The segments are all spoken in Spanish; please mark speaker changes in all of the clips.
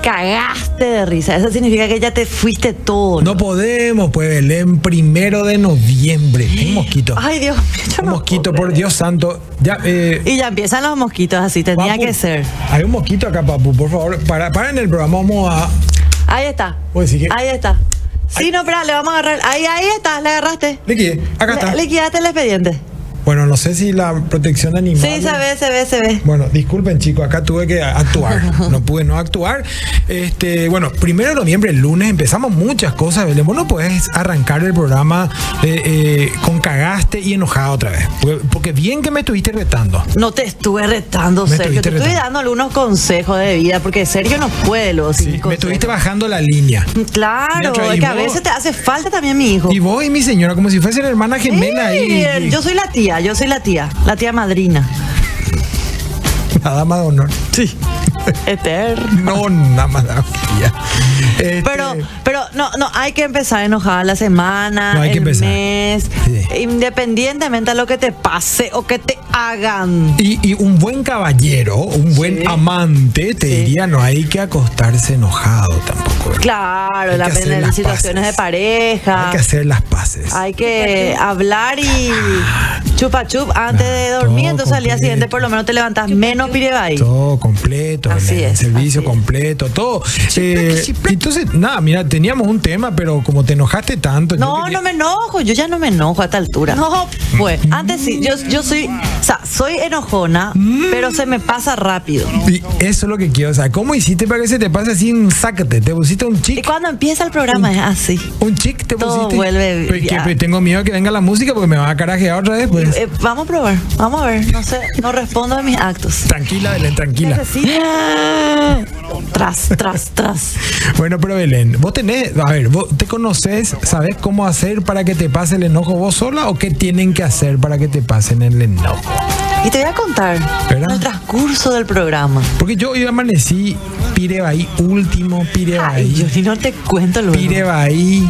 Speaker 1: cagaste de risa. Eso significa que ya te fuiste todo.
Speaker 2: No podemos, pues Belén, primero de noviembre. Un mosquito.
Speaker 1: Ay, Dios mío. yo
Speaker 2: un
Speaker 1: no
Speaker 2: mosquito,
Speaker 1: puedo
Speaker 2: por
Speaker 1: creer.
Speaker 2: Dios santo. Ya, eh,
Speaker 1: Y ya empiezan los mosquitos así, tenía
Speaker 2: papu,
Speaker 1: que ser.
Speaker 2: Hay un mosquito acá, papu, por favor. Para, para en el programa, vamos a.
Speaker 1: Ahí está.
Speaker 2: Uy, sí que-
Speaker 1: Ahí está. Sí, no, pero le vamos a agarrar. Ahí, ahí está, le agarraste.
Speaker 2: Liquide, acá está.
Speaker 1: Le- Liquidaste el expediente.
Speaker 2: Bueno, no sé si la protección animal.
Speaker 1: Sí, se ve, se ve, se ve.
Speaker 2: Bueno, disculpen chicos, acá tuve que actuar, no pude no actuar. Este, bueno, primero de noviembre, el lunes, empezamos muchas cosas, Belén. Vos no podés arrancar el programa eh, eh, con cagaste y enojada otra vez, porque, porque bien que me estuviste retando.
Speaker 1: No te estuve retando,
Speaker 2: Me
Speaker 1: Sergio.
Speaker 2: estuviste
Speaker 1: Te estoy
Speaker 2: retando.
Speaker 1: dando algunos consejos de vida, porque Sergio no puede los
Speaker 2: Sí, me estuviste bajando la línea.
Speaker 1: Claro,
Speaker 2: Nacho,
Speaker 1: es
Speaker 2: ¿y
Speaker 1: que a
Speaker 2: vos?
Speaker 1: veces te hace falta también mi hijo.
Speaker 2: Y vos y mi señora, como si fuesen hermana gemela ahí.
Speaker 1: Bien, Yo soy la tía, yo soy la tía, la tía madrina.
Speaker 2: La dama de honor.
Speaker 1: Sí. Eterno.
Speaker 2: No, nada más. Este,
Speaker 1: Pero, pero no, no, hay que empezar enojada la semana,
Speaker 2: No, hay que
Speaker 1: el
Speaker 2: empezar.
Speaker 1: mes,
Speaker 2: Sí.
Speaker 1: independientemente a lo que te pase o que te hagan.
Speaker 2: Y, y un buen caballero, un buen
Speaker 1: Sí.
Speaker 2: amante, te
Speaker 1: Sí.
Speaker 2: diría, no hay que acostarse enojado tampoco.
Speaker 1: Claro,
Speaker 2: Hay
Speaker 1: la-
Speaker 2: que hacer
Speaker 1: en
Speaker 2: las
Speaker 1: situaciones
Speaker 2: paces.
Speaker 1: de pareja.
Speaker 2: Hay que hacer las paces.
Speaker 1: Hay que hablar y chupa chup antes de dormir,
Speaker 2: Ah. Todo
Speaker 1: entonces al día
Speaker 2: completo.
Speaker 1: siguiente por lo menos te levantás menos ahí.
Speaker 2: Todo completo,
Speaker 1: Así
Speaker 2: el, el
Speaker 1: es,
Speaker 2: servicio
Speaker 1: así es.
Speaker 2: completo, todo. Eh, entonces, nada, mira, teníamos un tema, pero como te enojaste tanto. yo
Speaker 1: No,
Speaker 2: quería-
Speaker 1: no me enojo, yo ya no me enojo a esta altura. No, pues,
Speaker 2: Mm.
Speaker 1: antes sí, yo, yo soy, o sea, soy enojona,
Speaker 2: Mm.
Speaker 1: pero se me pasa rápido.
Speaker 2: Y eso es lo que quiero, o sea, ¿cómo hiciste para que se te pase así un sácate? ¿Te pusiste un
Speaker 1: Y
Speaker 2: chic?
Speaker 1: cuando empieza el programa es así.
Speaker 2: ¿Un chic te
Speaker 1: Todo
Speaker 2: pusiste?
Speaker 1: vuelve
Speaker 2: Pero que-
Speaker 1: ya.
Speaker 2: pero tengo miedo que venga la música porque me va a carajear otra vez, pues.
Speaker 1: Eh, vamos a probar, vamos a ver, no sé, no respondo de mis actos.
Speaker 2: Tranquila, Belén, tranquila.
Speaker 1: Tras, tras, tras.
Speaker 2: Bueno, pero Belén, vos tenés, a ver, vos te conoces, ¿sabés cómo hacer para que te pase el enojo vos sola o qué tienen que hacer para que te pasen el enojo?
Speaker 1: Y te voy a contar
Speaker 2: Espera.
Speaker 1: en el transcurso del programa.
Speaker 2: Porque yo hoy amanecí Pirebaí, último
Speaker 1: Ay, yo
Speaker 2: Pirebaí,
Speaker 1: ni no te cuento luego.
Speaker 2: Pirebaí.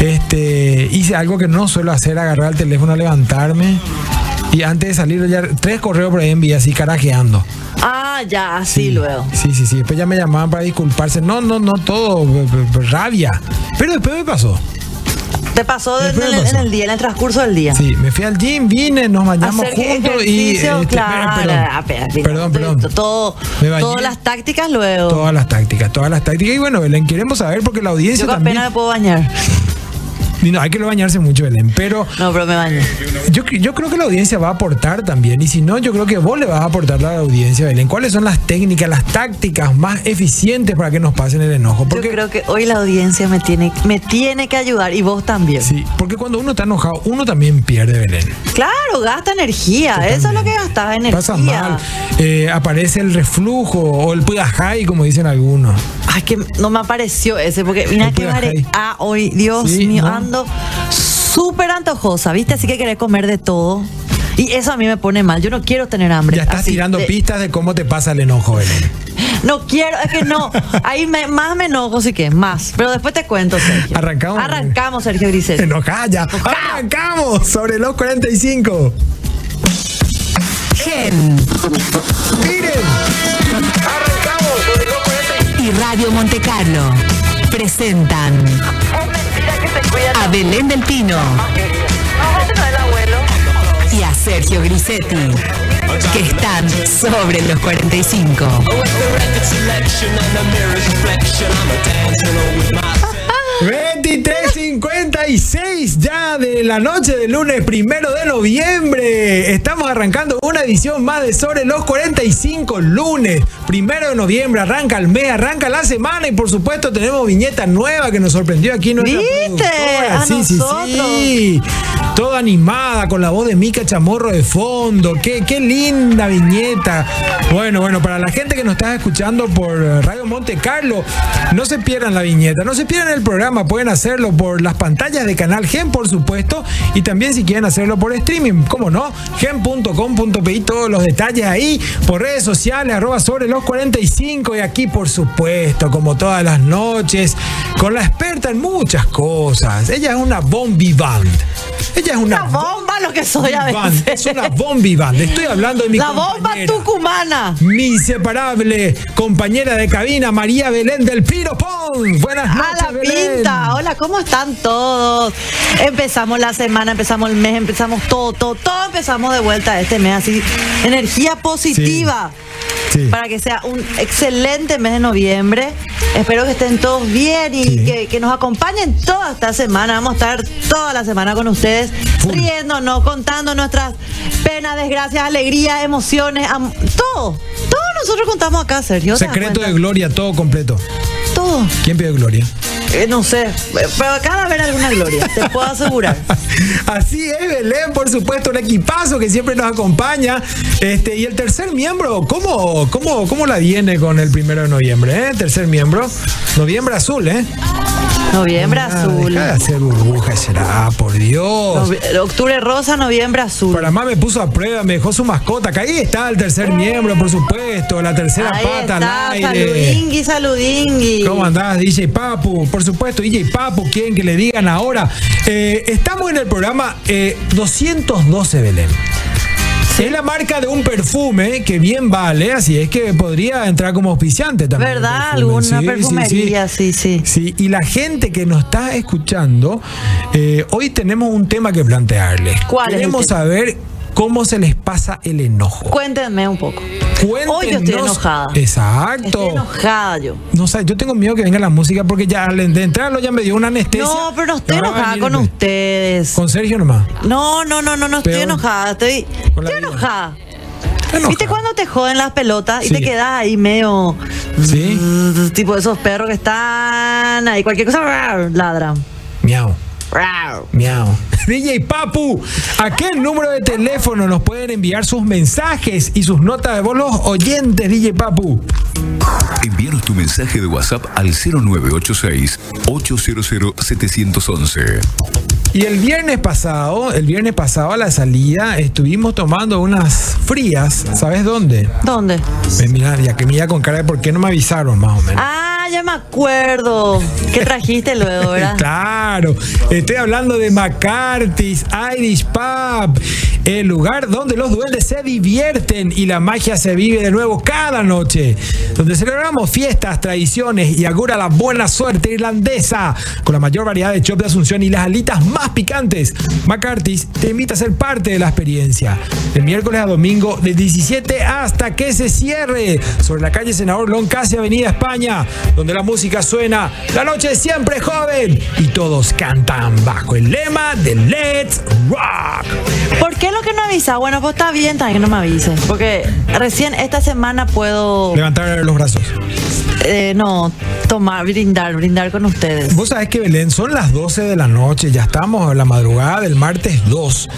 Speaker 2: Este, hice algo que no suelo hacer, agarrar el teléfono, levantarme. Y antes de salir, ya tres correos por ahí envié así carajeando.
Speaker 1: Ah, ya, así luego.
Speaker 2: Sí, sí, sí. Después ya me llamaban para disculparse. No, no, no, todo, b- b- rabia. Pero después me pasó.
Speaker 1: Te pasó en,
Speaker 2: Después
Speaker 1: el- en
Speaker 2: pasó.
Speaker 1: el día, en el transcurso del día.
Speaker 2: Sí, me fui al gym, vine, nos bañamos
Speaker 1: Hacer
Speaker 2: juntos y.
Speaker 1: ejercicio,
Speaker 2: este,
Speaker 1: claro.
Speaker 2: espera,
Speaker 1: Ah, espera, espera.
Speaker 2: Perdón, perdón. perdón.
Speaker 1: Todo,
Speaker 2: Me bañé.
Speaker 1: todas las tácticas luego.
Speaker 2: Todas las tácticas, todas las tácticas. Y bueno, Belén, queremos saber porque la audiencia
Speaker 1: Yo con
Speaker 2: también.
Speaker 1: apenas me puedo bañar.
Speaker 2: Y no, hay que no bañarse mucho, Belén. Pero
Speaker 1: No, pero me baño.
Speaker 2: yo, cre- yo creo que la audiencia va a aportar también. Y si no, yo creo que vos le vas a aportar a la audiencia, Belén. ¿Cuáles son las técnicas, las tácticas más eficientes para que nos pasen el enojo?
Speaker 1: Yo creo que hoy la audiencia me tiene, me tiene que ayudar y vos también.
Speaker 2: Sí, porque cuando uno está enojado, uno también pierde, Belén.
Speaker 1: Claro, gasta energía. Eso es lo que gastas, energía.
Speaker 2: Pasa mal. Eh, aparece el reflujo o el pudajay, como dicen algunos.
Speaker 1: Ay, que no me apareció ese, porque mira
Speaker 2: Ay,
Speaker 1: qué
Speaker 2: pues,
Speaker 1: bare.
Speaker 2: ay.
Speaker 1: Ah, hoy, Dios
Speaker 2: Sí,
Speaker 1: mío,
Speaker 2: ¿no?
Speaker 1: ando súper antojosa, ¿viste? Así que querés comer de todo. Y eso a mí me pone mal. Yo no quiero tener hambre.
Speaker 2: Ya estás
Speaker 1: Así
Speaker 2: tirando
Speaker 1: de-
Speaker 2: pistas de cómo te pasa el enojo, Belén.
Speaker 1: No quiero, es que no. Ahí me- más me enojo, sí que más. Pero después te cuento, Sergio.
Speaker 2: Arrancamos.
Speaker 1: Arrancamos, Sergio Grisel.
Speaker 2: Enojada ya. ¡Arrancamos! Sobre los 45.
Speaker 3: Gen
Speaker 2: ¡Miren! ¡Arrancamos! Sobre los 45.
Speaker 3: y Radio Monte Carlo presentan a Belén del Pino y a Sergio Grisetti, que están sobre los 45.
Speaker 2: ¡23.56 ya de la noche del lunes primero de noviembre! Estamos arrancando una edición más de Sobre los 45 lunes. Primero de noviembre, arranca el mes, arranca la semana y por supuesto tenemos viñeta nueva que nos sorprendió aquí nuestra
Speaker 1: ¿Viste?
Speaker 2: productora.
Speaker 1: A
Speaker 2: sí, sí,
Speaker 1: nosotros.
Speaker 2: sí. Toda animada con la voz de Mica Chamorro de fondo. ¡Qué, qué linda viñeta! Bueno, bueno, para la gente que nos está escuchando por eh, Radio Monte Carlo, no se pierdan la viñeta, no se pierdan el programa. Pueden hacerlo por las pantallas de Canal Gen, por supuesto, y también si quieren hacerlo por streaming, ¿cómo no? Gen.com.pi, todos los detalles ahí, por redes sociales, arroba sobre los los 45 y aquí por supuesto, como todas las noches, con la experta en muchas cosas. Ella es una bombi band. Ella es una,
Speaker 1: Una bomba lo que soy a
Speaker 2: bombi band. Es
Speaker 1: veces.
Speaker 2: una bombi band. Estoy hablando de mi
Speaker 1: La bomba
Speaker 2: compañera,
Speaker 1: tucumana.
Speaker 2: Mi inseparable compañera de cabina, María Belén del Piro Pons. Buenas
Speaker 1: A
Speaker 2: noches.
Speaker 1: Ah, la
Speaker 2: Belén.
Speaker 1: pinta. Hola, ¿cómo están todos? Empezamos la semana, empezamos el mes, empezamos todo, todo, todo empezamos de vuelta este mes. Así, energía positiva.
Speaker 2: Sí.
Speaker 1: Para que sea un excelente mes de noviembre. Espero que estén todos bien y
Speaker 2: Sí.
Speaker 1: que, que nos acompañen toda esta semana. Vamos a estar toda la semana con ustedes,
Speaker 2: Full.
Speaker 1: riéndonos, contando nuestras penas, desgracias, alegrías, emociones, am- todo. Todo nosotros contamos acá, Sergio. ¿te das
Speaker 2: Secreto de
Speaker 1: cuenta?
Speaker 2: gloria, todo completo.
Speaker 1: Todo.
Speaker 2: ¿Quién pide gloria?
Speaker 1: Eh, no sé, pero acá va a haber alguna gloria, te puedo asegurar.
Speaker 2: Así es, Belén, por supuesto, un equipazo que siempre nos acompaña. Este, y el tercer miembro, ¿cómo, cómo, cómo la viene con el primero de noviembre? eh? Tercer miembro, noviembre azul, ¿eh?
Speaker 1: Noviembre
Speaker 2: Ah,
Speaker 1: azul.
Speaker 2: deja de hacer burbujas, será, por Dios.
Speaker 1: Novie- Octubre rosa, noviembre azul.
Speaker 2: Para más me puso a prueba, me dejó su mascota. que ahí está el tercer miembro, por supuesto, la tercera
Speaker 1: Ahí
Speaker 2: pata
Speaker 1: está,
Speaker 2: al aire.
Speaker 1: saludingui, saludingui.
Speaker 2: ¿Cómo andás, DJ Papu? Por supuesto, DJ Papu, quieren que le digan ahora. Eh, estamos en el programa eh, 212, Belén. Es la marca de un perfume que bien vale, así es que podría entrar como auspiciante también. el
Speaker 1: ¿Verdad?
Speaker 2: perfume.
Speaker 1: Alguna
Speaker 2: Sí, sí,
Speaker 1: perfumería, sí, sí.
Speaker 2: Sí, y la gente que nos está escuchando, eh, hoy tenemos un tema que plantearles.
Speaker 1: ¿Cuál es el
Speaker 2: Queremos
Speaker 1: tema?
Speaker 2: saber cómo se les pasa el enojo.
Speaker 1: Cuéntenme un poco.
Speaker 2: Cuéntenos-
Speaker 1: Hoy yo estoy enojada.
Speaker 2: Exacto.
Speaker 1: Estoy enojada yo.
Speaker 2: No sé, yo tengo miedo que venga la música porque ya al de entrarlo ya me dio una anestesia.
Speaker 1: No, pero no estoy
Speaker 2: Ahora va a
Speaker 1: enojada
Speaker 2: venir,
Speaker 1: con
Speaker 2: pues.
Speaker 1: ustedes.
Speaker 2: Con Sergio nomás.
Speaker 1: No, no, no, no, no estoy
Speaker 2: Peor.
Speaker 1: enojada. Estoy,
Speaker 2: Con la
Speaker 1: estoy
Speaker 2: vida.
Speaker 1: enojada.
Speaker 2: Está enojada.
Speaker 1: ¿Viste cuando te joden las pelotas y
Speaker 2: Sí.
Speaker 1: te quedas ahí medio.
Speaker 2: Sí.
Speaker 1: Tipo esos perros que están ahí, cualquier cosa ladran.
Speaker 2: Miau. Miau. DJ Papu, ¿a qué número de teléfono nos pueden enviar sus mensajes y sus notas de voz los oyentes, DJ Papu?
Speaker 4: Envíanos tu mensaje de WhatsApp al 0986-800-711.
Speaker 2: Y el viernes pasado, el viernes pasado a la salida, estuvimos tomando unas frías, ¿sabes dónde?
Speaker 1: ¿Dónde?
Speaker 2: Me mira, ya que mira con cara de por qué no me avisaron, más o menos.
Speaker 1: Ah, ya me acuerdo. ¿Qué trajiste luego, verdad?
Speaker 2: Claro, estoy hablando de McCarthy's Irish Pub, el lugar donde los duendes se divierten y la magia se vive de nuevo cada noche, donde celebramos fiestas, tradiciones y augura la buena suerte irlandesa con la mayor variedad de chops de Asunción y las alitas más picantes. McCarthy's te invita a ser parte de la experiencia. De miércoles a domingo, de 17 hasta que se cierre, sobre la calle Senador Lon, casi Avenida España, donde la música suena, la noche es siempre joven y todos cantan bajo el lema de Let's Rock.
Speaker 1: ¿Por qué lo que no avisa? Bueno, pues está bien también que no me avises. Porque recién esta semana puedo.
Speaker 2: Levantar los brazos.
Speaker 1: eh, no, tomar, brindar, brindar con ustedes.
Speaker 2: Vos sabés que Belén, son las 12 de la noche, ya estamos en la madrugada del martes 2.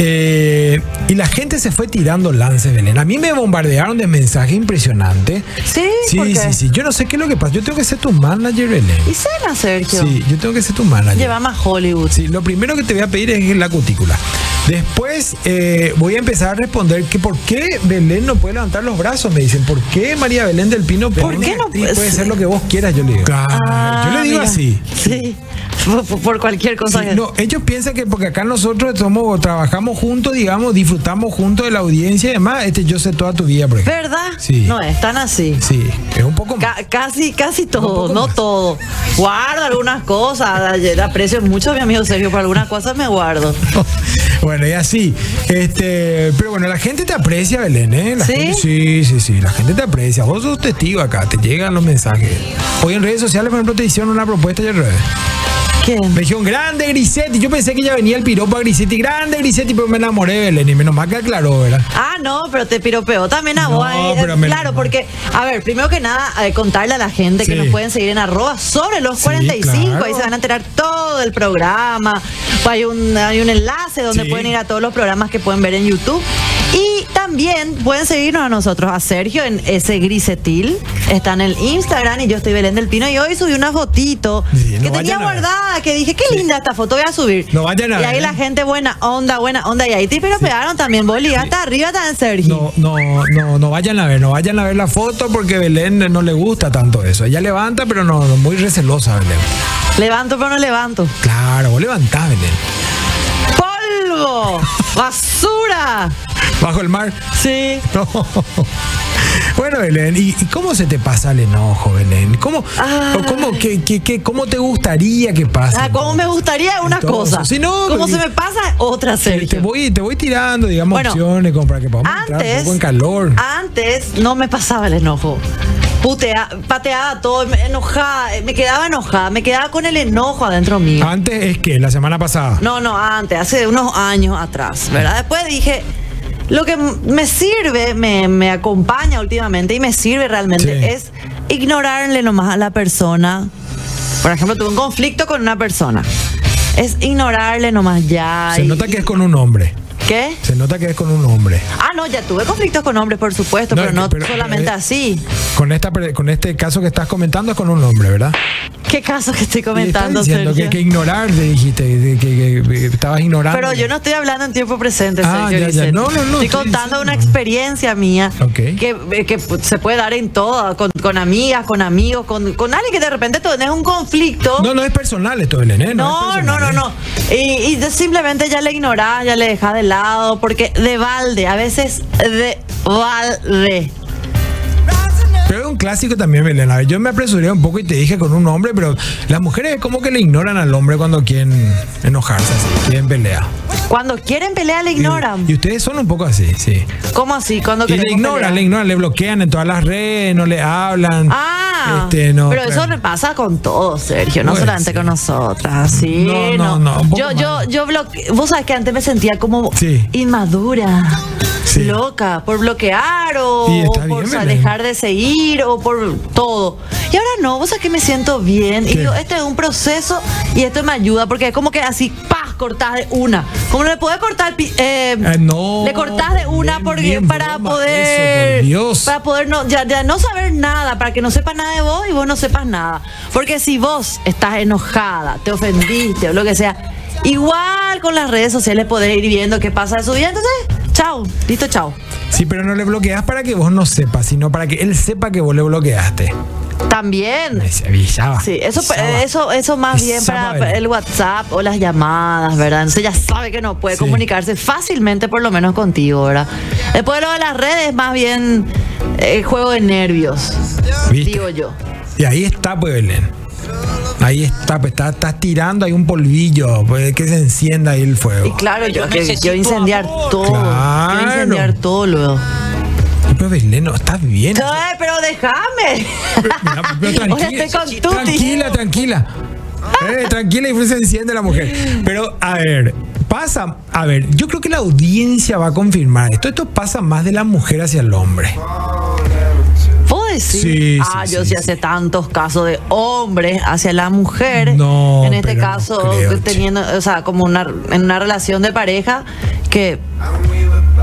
Speaker 2: Eh, y la gente se fue tirando lances, Belén. A mí me bombardearon de mensajes impresionantes.
Speaker 1: ¿Sí?
Speaker 2: Sí,
Speaker 1: ¿Por qué?
Speaker 2: sí, sí. Yo no sé qué es lo que pasa. Yo tengo que ser tu manager, Belén.
Speaker 1: Y cena, Sergio.
Speaker 2: Sí, yo tengo que ser tu manager.
Speaker 1: Llévame a Hollywood.
Speaker 2: Sí, lo primero que te voy a pedir es la cutícula. Después eh, voy a empezar a responder que por qué Belén no puede levantar los brazos, me dicen. ¿Por qué María Belén del Pino
Speaker 1: ¿Por qué no
Speaker 2: puede,
Speaker 1: puede
Speaker 2: puede ser
Speaker 1: ser?
Speaker 2: lo que vos quieras? Yo le digo.
Speaker 1: Ah,
Speaker 2: yo le digo
Speaker 1: mira.
Speaker 2: así.
Speaker 1: Sí. Por, por- por cualquier cosa.
Speaker 2: Sí,
Speaker 1: que-
Speaker 2: no, ellos piensan que porque acá nosotros somos, trabajamos juntos, digamos, disfrutamos juntos de la audiencia y demás, este yo sé toda tu vida, por ejemplo.
Speaker 1: ¿Verdad?
Speaker 2: Sí.
Speaker 1: No, están así.
Speaker 2: Sí, es un poco más.
Speaker 1: Ca- casi, casi todo,
Speaker 2: poco
Speaker 1: no
Speaker 2: más.
Speaker 1: todo. Guardo algunas cosas. Ayer Aprecio mucho a mi amigo Sergio, pero algunas cosas me guardo.
Speaker 2: Bueno, y así. Este, pero bueno, la gente te aprecia, Belén, ¿eh? La
Speaker 1: ¿Sí?
Speaker 2: gente- sí, sí, sí, La gente te aprecia. Vos sos testigo acá, te llegan los mensajes. Hoy en redes sociales, por ejemplo, te hicieron una propuesta y al revés.
Speaker 1: ¿Quién?
Speaker 2: Me dijeron, grande Grisetti. Yo pensé que ya venía el piropo a Grisetti. Grande Grisetti, pero me enamoré, Belén. Y menos mal que aclaró, ¿verdad?
Speaker 1: Ah, no, pero te piropeó también a
Speaker 2: No,
Speaker 1: vos. ahí.
Speaker 2: pero me-
Speaker 1: claro, porque, a ver, primero que nada, eh, contarle a la gente que
Speaker 2: Sí.
Speaker 1: nos pueden seguir en arroba sobre los
Speaker 2: Sí,
Speaker 1: 45. Ahí
Speaker 2: claro.
Speaker 1: se van a enterar todo el programa. Hay un, hay un enlace donde
Speaker 2: Sí.
Speaker 1: pueden ir a todos los programas que pueden ver en YouTube. Y También pueden seguirnos a nosotros, a Sergio en ese grisetil. Está en el Instagram y yo estoy Belén del Pino. Y hoy subí una fotito
Speaker 2: Sí, no
Speaker 1: que
Speaker 2: vayan
Speaker 1: tenía
Speaker 2: a ver.
Speaker 1: guardada, que dije, qué linda esta foto, voy a subir.
Speaker 2: No vayan a
Speaker 1: Y
Speaker 2: ver,
Speaker 1: ahí
Speaker 2: ¿eh?
Speaker 1: la gente buena onda, buena onda. Y ahí te pero pegaron también, Boli. Hasta arriba también, Sergio.
Speaker 2: No, no, no, no vayan a ver, no vayan a ver la foto porque Belén no le gusta tanto eso. Ella levanta, pero no, no, muy recelosa Belén.
Speaker 1: Levanto, pero no levanto.
Speaker 2: Claro, vos levantás, Belén.
Speaker 1: ¡Polvo! ¡Basura!
Speaker 2: Bajo el mar.
Speaker 1: Sí.
Speaker 2: No. Bueno, Belén, ¿y, y cómo se te pasa el enojo, Belén? ¿Cómo,
Speaker 1: Ay.
Speaker 2: o cómo, qué- qué- qué- cómo te gustaría que pase?
Speaker 1: Ah, como me gustaría una
Speaker 2: Entonces,
Speaker 1: cosa.
Speaker 2: sí, no,
Speaker 1: como
Speaker 2: porque-
Speaker 1: se me pasa otra,
Speaker 2: Te,
Speaker 1: Sergio.
Speaker 2: te voy, te voy tirando, digamos,
Speaker 1: Bueno,
Speaker 2: opciones como para que podamos entrar un
Speaker 1: Antes,
Speaker 2: poco en calor.
Speaker 1: antes no me pasaba el enojo. Putea, pateaba todo, me enojaba, me quedaba enojada, me quedaba con el enojo adentro mío.
Speaker 2: Antes es que la semana pasada.
Speaker 1: No, no, antes, hace unos años atrás, ¿verdad? Después dije, lo que m- me sirve, me, me acompaña últimamente y me sirve realmente
Speaker 2: Sí.
Speaker 1: es ignorarle nomás a la persona. Por ejemplo, tuve un conflicto con una persona. Es ignorarle nomás ya.
Speaker 2: se
Speaker 1: y-
Speaker 2: nota que
Speaker 1: y-
Speaker 2: es con un hombre.
Speaker 1: ¿Qué?
Speaker 2: Se nota que es con un hombre.
Speaker 1: Ah, no, ya tuve conflictos con hombres, por supuesto,
Speaker 2: No,
Speaker 1: pero
Speaker 2: es que-
Speaker 1: no
Speaker 2: pero- eh,
Speaker 1: solamente
Speaker 2: pero es-
Speaker 1: así.
Speaker 2: Con esta pre- con este caso que estás comentando es con un hombre, ¿verdad?
Speaker 1: ¿Qué caso que estoy
Speaker 2: Y estás
Speaker 1: comentando,
Speaker 2: diciendo
Speaker 1: Sergio?
Speaker 2: que, que ignorar, le dijiste, de que, que- que estabas ignorando.
Speaker 1: Pero yo no estoy hablando en tiempo presente,
Speaker 2: Ah, ya,
Speaker 1: Sergio
Speaker 2: ya.
Speaker 1: Grisetti.
Speaker 2: No, no, no,
Speaker 1: Estoy
Speaker 2: estoy
Speaker 1: contando
Speaker 2: diciendo.
Speaker 1: una experiencia mía
Speaker 2: Ok.
Speaker 1: que, eh, que pu- se puede dar en todo, con, con amigas, con amigos, con, con alguien que de repente tú tenés un conflicto.
Speaker 2: No, no es personal esto, Belén, ¿eh? es
Speaker 1: No, no,
Speaker 2: personal,
Speaker 1: no,
Speaker 2: ¿eh?
Speaker 1: no. Y, y de- simplemente ya le ignorás, ya le dejás de lado, porque de balde, a veces de balde.
Speaker 2: Pero es un clásico también, Belén. A ver, yo me apresuré un poco y te dije con un hombre, pero las mujeres es como que le ignoran al hombre cuando quieren enojarse, así, quieren pelea.
Speaker 1: Cuando quieren pelear, le
Speaker 2: Y-
Speaker 1: ignoran.
Speaker 2: Y, ustedes son un poco así, sí.
Speaker 1: ¿Cómo así? Cuando
Speaker 2: Y le
Speaker 1: queremos
Speaker 2: ignoran,
Speaker 1: pelear?
Speaker 2: le ignoran, le bloquean en todas las redes, no le hablan.
Speaker 1: Ah,
Speaker 2: Este, no,
Speaker 1: pero eso
Speaker 2: claro.
Speaker 1: le pasa con todo, Sergio, no
Speaker 2: Pues
Speaker 1: solamente
Speaker 2: sí.
Speaker 1: con nosotras. Sí,
Speaker 2: No, no, no, un poco
Speaker 1: Yo, yo,
Speaker 2: más.
Speaker 1: yo bloque... Vos sabés que antes me sentía como
Speaker 2: Sí.
Speaker 1: inmadura,
Speaker 2: Sí.
Speaker 1: loca, por bloquear o,
Speaker 2: Y está
Speaker 1: o por
Speaker 2: bien,
Speaker 1: sa-
Speaker 2: Belén.
Speaker 1: dejar de seguir o por todo. Y ahora no, vos sabés que me siento bien. Y
Speaker 2: ¿Qué?
Speaker 1: digo, este es un proceso y esto me ayuda porque es como que así, ¡pah! cortás de una. Como no le podés cortar. pi- eh,
Speaker 2: Ah, no.
Speaker 1: Le cortás de una
Speaker 2: Belén,
Speaker 1: porque
Speaker 2: bien
Speaker 1: para
Speaker 2: broma
Speaker 1: poder.
Speaker 2: eso, por Dios.
Speaker 1: Para poder no, ya, ya no saber nada, para que no sepa nada de vos y vos no sepas nada. Porque si vos estás enojada, te ofendiste o lo que sea, igual con las redes sociales podés ir viendo qué pasa de su vida. Entonces, chao, listo, chao.
Speaker 2: Sí, pero no le bloqueas para que vos no sepas, sino para que él sepa que vos le bloqueaste.
Speaker 1: También.
Speaker 2: Me se avisaba.
Speaker 1: Sí, eso,
Speaker 2: Avisaba.
Speaker 1: eso, eso más bien
Speaker 2: Avisaba,
Speaker 1: para
Speaker 2: Belén.
Speaker 1: el WhatsApp o las llamadas, ¿verdad? Entonces ya sabe que no puede
Speaker 2: Sí.
Speaker 1: comunicarse fácilmente, por lo menos contigo, ¿verdad? Después lo de las redes, más bien eh, juego de nervios,
Speaker 2: ¿Viste?
Speaker 1: digo yo.
Speaker 2: Y ahí está, pues, Belén. Ahí está, pues, estás estás tirando ahí un polvillo, pues, que se encienda ahí el
Speaker 1: Y
Speaker 2: fuego.
Speaker 1: claro, yo que- quiero incendiar todo.
Speaker 2: Claro.
Speaker 1: Quiero incendiar todo luego.
Speaker 2: Pero Belén, no, estás bien.
Speaker 1: Ay, pero déjame.
Speaker 2: Mira, pero
Speaker 1: Ahora estoy con Tuti.
Speaker 2: tranquila, tranquila. Eh, tranquila y se enciende la mujer. Pero, a ver, pasa. A ver, yo creo que la audiencia va a confirmar esto. Esto pasa más de la mujer hacia el hombre.
Speaker 1: ¿Puedo decir?
Speaker 2: Sí,
Speaker 1: ah,
Speaker 2: sí,
Speaker 1: yo
Speaker 2: sí,
Speaker 1: sí,
Speaker 2: sí.
Speaker 1: hace tantos casos de hombres hacia la mujer.
Speaker 2: No,
Speaker 1: En este
Speaker 2: pero no
Speaker 1: caso,
Speaker 2: creo,
Speaker 1: teniendo, o sea, como una, en una relación de pareja que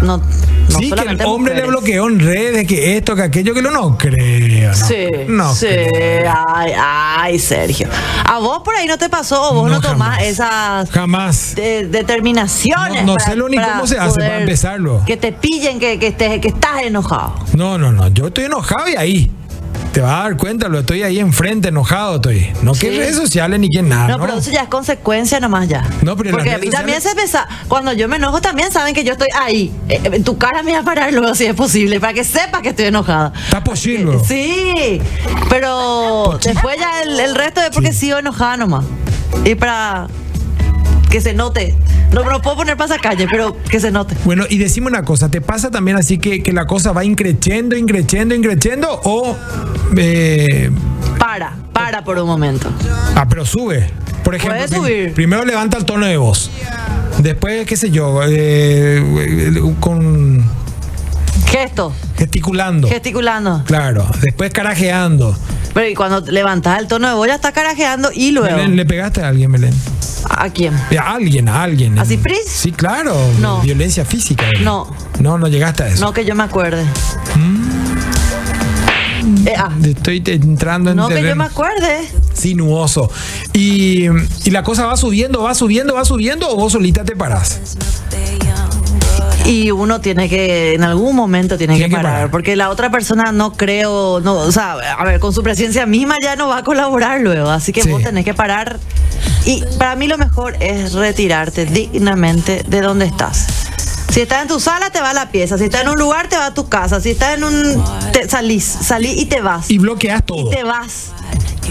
Speaker 1: no, no
Speaker 2: sí, que el
Speaker 1: solamente
Speaker 2: hombre le
Speaker 1: mujeres.
Speaker 2: bloqueó en redes, que esto, que aquello, que lo no creo. No,
Speaker 1: Sí,
Speaker 2: no
Speaker 1: sí,
Speaker 2: creo.
Speaker 1: ay, ay, Sergio. ¿A vos por ahí no te pasó o vos no,
Speaker 2: No,
Speaker 1: tomás
Speaker 2: jamás.
Speaker 1: esas
Speaker 2: Jamás.
Speaker 1: de- determinaciones?
Speaker 2: No, no sé lo ni cómo se hace para
Speaker 1: poder-
Speaker 2: empezarlo.
Speaker 1: Que te pillen que, que, estés, que estás enojado.
Speaker 2: No, no, no. Yo estoy enojado y ahí. Te vas a dar cuenta, lo estoy ahí enfrente, enojado estoy. No que
Speaker 1: Sí.
Speaker 2: redes sociales ni que nada.
Speaker 1: No,
Speaker 2: Ah, No,
Speaker 1: pero eso ya es consecuencia nomás ya.
Speaker 2: No, pero en
Speaker 1: Porque
Speaker 2: las
Speaker 1: a mí
Speaker 2: redes
Speaker 1: también se
Speaker 2: sociales-
Speaker 1: pesa. Cuando yo me enojo también saben que yo estoy ahí. Eh, eh, tu cara me va a parar luego si es posible, para que sepas que estoy enojada.
Speaker 2: Está posible.
Speaker 1: Sí, pero después ya el, el resto es porque sigo enojada nomás. Y para que se note. No, no puedo poner pasacalle, pero que se note.
Speaker 2: Bueno, y decime una cosa, ¿te pasa también así que, que la cosa va increciendo, increciendo, increciendo? O. eh,
Speaker 1: Para, para por un momento.
Speaker 2: ah, pero sube. Por ejemplo,
Speaker 1: Puede
Speaker 2: prim-
Speaker 1: subir.
Speaker 2: primero levanta el tono de voz. Después, qué sé yo, eh, con.
Speaker 1: Gesto,
Speaker 2: gesticulando.
Speaker 1: gesticulando.
Speaker 2: claro. Después carajeando.
Speaker 1: Pero y cuando levantás el tono de voz ya está carajeando y luego.
Speaker 2: Belén, ¿le pegaste a alguien, Belén?
Speaker 1: ¿A quién?
Speaker 2: A Eh, alguien, a alguien.
Speaker 1: ¿A Cipris?
Speaker 2: Sí, claro.
Speaker 1: No.
Speaker 2: Violencia física.
Speaker 1: No.
Speaker 2: No, no llegaste a eso.
Speaker 1: No que yo me acuerde.
Speaker 2: Mm.
Speaker 1: Eh, ah,
Speaker 2: Estoy te- entrando en
Speaker 1: no que yo me
Speaker 2: terreno
Speaker 1: acuerde.
Speaker 2: sinuoso. Y, y la cosa va subiendo, va subiendo, va subiendo, o vos solita te parás.
Speaker 1: Y uno tiene que, en algún momento tiene,
Speaker 2: Tiene
Speaker 1: que,
Speaker 2: que
Speaker 1: parar,
Speaker 2: parar.
Speaker 1: porque la otra persona no creo, no, o sea, a ver, con su presencia misma ya no va a colaborar luego, así que
Speaker 2: Sí.
Speaker 1: vos tenés que parar. Y para mí lo mejor es retirarte dignamente de donde estás. Si estás en tu sala, te va a la pieza. Si estás en un lugar, te va a tu casa. Si estás en un... te- salís, salís y te vas.
Speaker 2: Y bloqueas todo.
Speaker 1: te vas.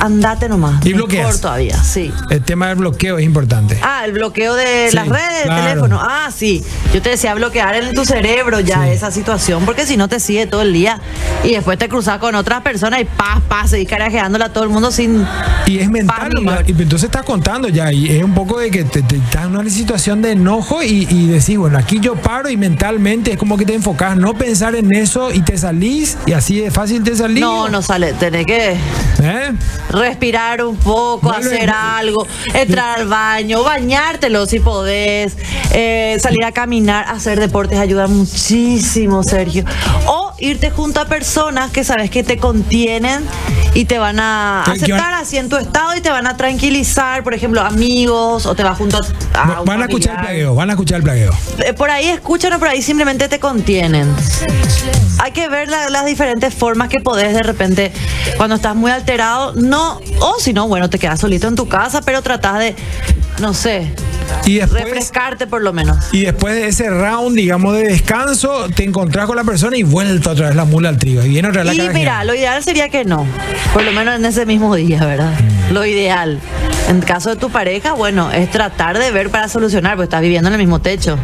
Speaker 1: Andate nomás.
Speaker 2: Y
Speaker 1: Mejor
Speaker 2: bloqueas.
Speaker 1: todavía, sí.
Speaker 2: El tema del bloqueo es importante.
Speaker 1: Ah, el bloqueo de
Speaker 2: Sí,
Speaker 1: las redes,
Speaker 2: claro.
Speaker 1: del teléfono. Ah, sí. Yo te decía bloquear en tu cerebro ya esa situación, porque si no te sigue todo el día y después te cruzas con otras personas y paz, paz, seguís carajeándola a todo el mundo sin.
Speaker 2: Y es mental
Speaker 1: Familia.
Speaker 2: nomás. Y entonces estás contando ya, y es un poco de que te, te- estás en una situación de enojo y, y decís, bueno, aquí yo paro y mentalmente es como que te enfocás, no pensar en eso y te salís, y así de fácil te salís.
Speaker 1: No, no sale. Tenés que
Speaker 2: ¿Eh?
Speaker 1: respirar un poco,
Speaker 2: Vuelve-
Speaker 1: hacer algo, entrar al baño, bañártelo si podés, eh, salir a caminar, hacer deportes, ayuda muchísimo, Sergio. O irte junto a personas que sabes que te contienen y te van a
Speaker 2: Que- que van-
Speaker 1: aceptar así en tu estado y te van a tranquilizar, por ejemplo, amigos, o te vas junto a...
Speaker 2: Va-
Speaker 1: un
Speaker 2: van a escuchar el
Speaker 1: familiar.
Speaker 2: plagueo, van a escuchar el plagueo.
Speaker 1: Eh, Por ahí escuchan o por ahí simplemente te contienen. Hay que ver la- las diferentes formas que podés de repente, cuando estás muy alterado, no, o si no, bueno, te quedas solito en tu casa, pero tratás de, no sé,
Speaker 2: Y después,
Speaker 1: refrescarte por lo menos.
Speaker 2: y después de ese round, digamos, de descanso, te encontrás con la persona y vuelta otra vez la mula al trigo. Y viene otra vez la
Speaker 1: Y
Speaker 2: carajera.
Speaker 1: mira, lo ideal sería que no, por lo menos en ese mismo día, ¿verdad? Lo ideal. En caso de tu pareja, bueno, es tratar de ver para solucionar, porque estás viviendo en el mismo techo.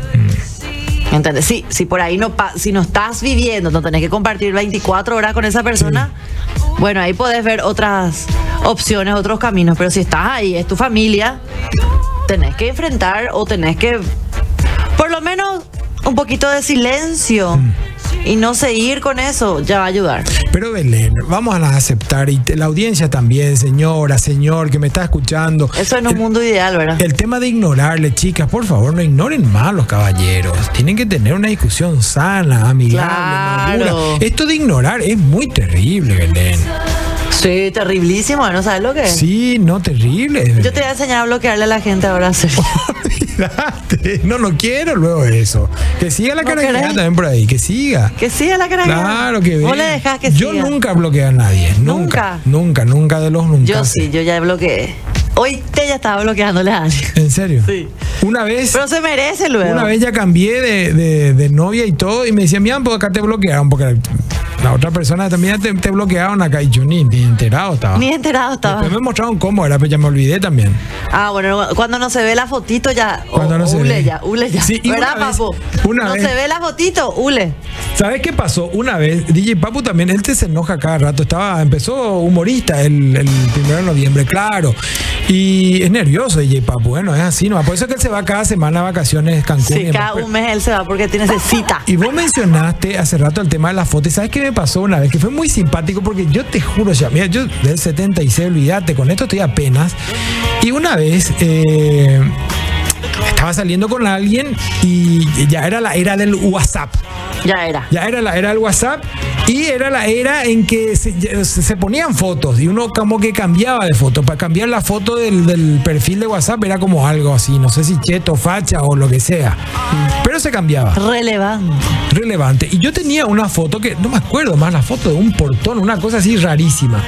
Speaker 1: ¿Entendés? Sí, si por ahí no pa- si no estás viviendo, no tenés que compartir 24 horas con esa persona, bueno, ahí podés ver otras opciones, otros caminos, pero si estás ahí, es tu familia, tenés que enfrentar o tenés que por lo menos un poquito de silencio
Speaker 2: Mm.
Speaker 1: y no seguir con eso, ya va a ayudar.
Speaker 2: Pero Belén, vamos a las aceptar y te- la audiencia también, señora, señor, que me está escuchando.
Speaker 1: Eso en un mundo ideal, ¿verdad?
Speaker 2: El tema de ignorarle, chicas, por favor, no ignoren más a los caballeros. Tienen que tener una discusión sana, amigable,
Speaker 1: Claro.
Speaker 2: madura. Esto de ignorar es muy terrible, Belén.
Speaker 1: Sí, terriblísimo, ¿no sabes lo que es?
Speaker 2: Sí, no terrible.
Speaker 1: Yo te voy a enseñar a bloquearle a la gente ahora, Sergio.
Speaker 2: Olvídate. No, no quiero luego eso. Que siga la
Speaker 1: ¿No
Speaker 2: cara
Speaker 1: querés?
Speaker 2: también por ahí, que siga.
Speaker 1: Que sí, a la cara.
Speaker 2: Claro que
Speaker 1: Vos
Speaker 2: bien.
Speaker 1: le dejás que
Speaker 2: Yo
Speaker 1: siga.
Speaker 2: nunca bloqueo a nadie. Nunca.
Speaker 1: ¿Nunca?
Speaker 2: Nunca, nunca de los nunca.
Speaker 1: Yo sí, yo ya bloqueé. Hoy te ya estaba bloqueándole a alguien.
Speaker 2: ¿En serio?
Speaker 1: Sí.
Speaker 2: Una vez.
Speaker 1: Pero se merece luego.
Speaker 2: Una vez ya cambié de, de- de novia y todo, y me decían, mira, pues acá te bloquearon, porque la otra persona también te, te bloquearon acá, y yo ni, ni enterado estaba.
Speaker 1: Ni enterado estaba.
Speaker 2: Después me mostraron cómo era, pero ya me olvidé también.
Speaker 1: Ah, bueno, cuando no se ve la fotito ya. o-
Speaker 2: Cuando no
Speaker 1: o
Speaker 2: se
Speaker 1: ule
Speaker 2: ve.
Speaker 1: ya, ule ya.
Speaker 2: Sí, y
Speaker 1: ¿Verdad,
Speaker 2: una vez-
Speaker 1: papu?
Speaker 2: una
Speaker 1: no
Speaker 2: vez-
Speaker 1: se ve la fotito, ule.
Speaker 2: ¿Sabes qué pasó? Una vez, DJ Papu también, él te se enoja cada rato, estaba, empezó humorista el, el primero de noviembre, claro. Y es nervioso DJ Papu, bueno, es así, ¿no? Por eso es que él se va cada semana a vacaciones Cancún. y
Speaker 1: Sí,
Speaker 2: demás,
Speaker 1: cada
Speaker 2: pero-
Speaker 1: un mes él se va porque tiene cita.
Speaker 2: Y vos mencionaste hace rato el tema de las fotos. ¿Y sabes qué me pasó una vez? Que fue muy simpático porque yo te juro ya, mira, yo del 76, olvídate, con esto estoy apenas. Y una vez eh, estaba saliendo con alguien y ya era la era del WhatsApp.
Speaker 1: Ya era.
Speaker 2: Ya era la era del WhatsApp y era la era en que se, se- se ponían fotos y uno como que cambiaba de foto. Para cambiar la foto del, del perfil de WhatsApp era como algo así, no sé si cheto, facha o lo que sea.
Speaker 1: Mm.
Speaker 2: Pero se cambiaba
Speaker 1: Relevante.
Speaker 2: relevante. Y yo tenía una foto que no me acuerdo más, la foto de un portón, una cosa así rarísima.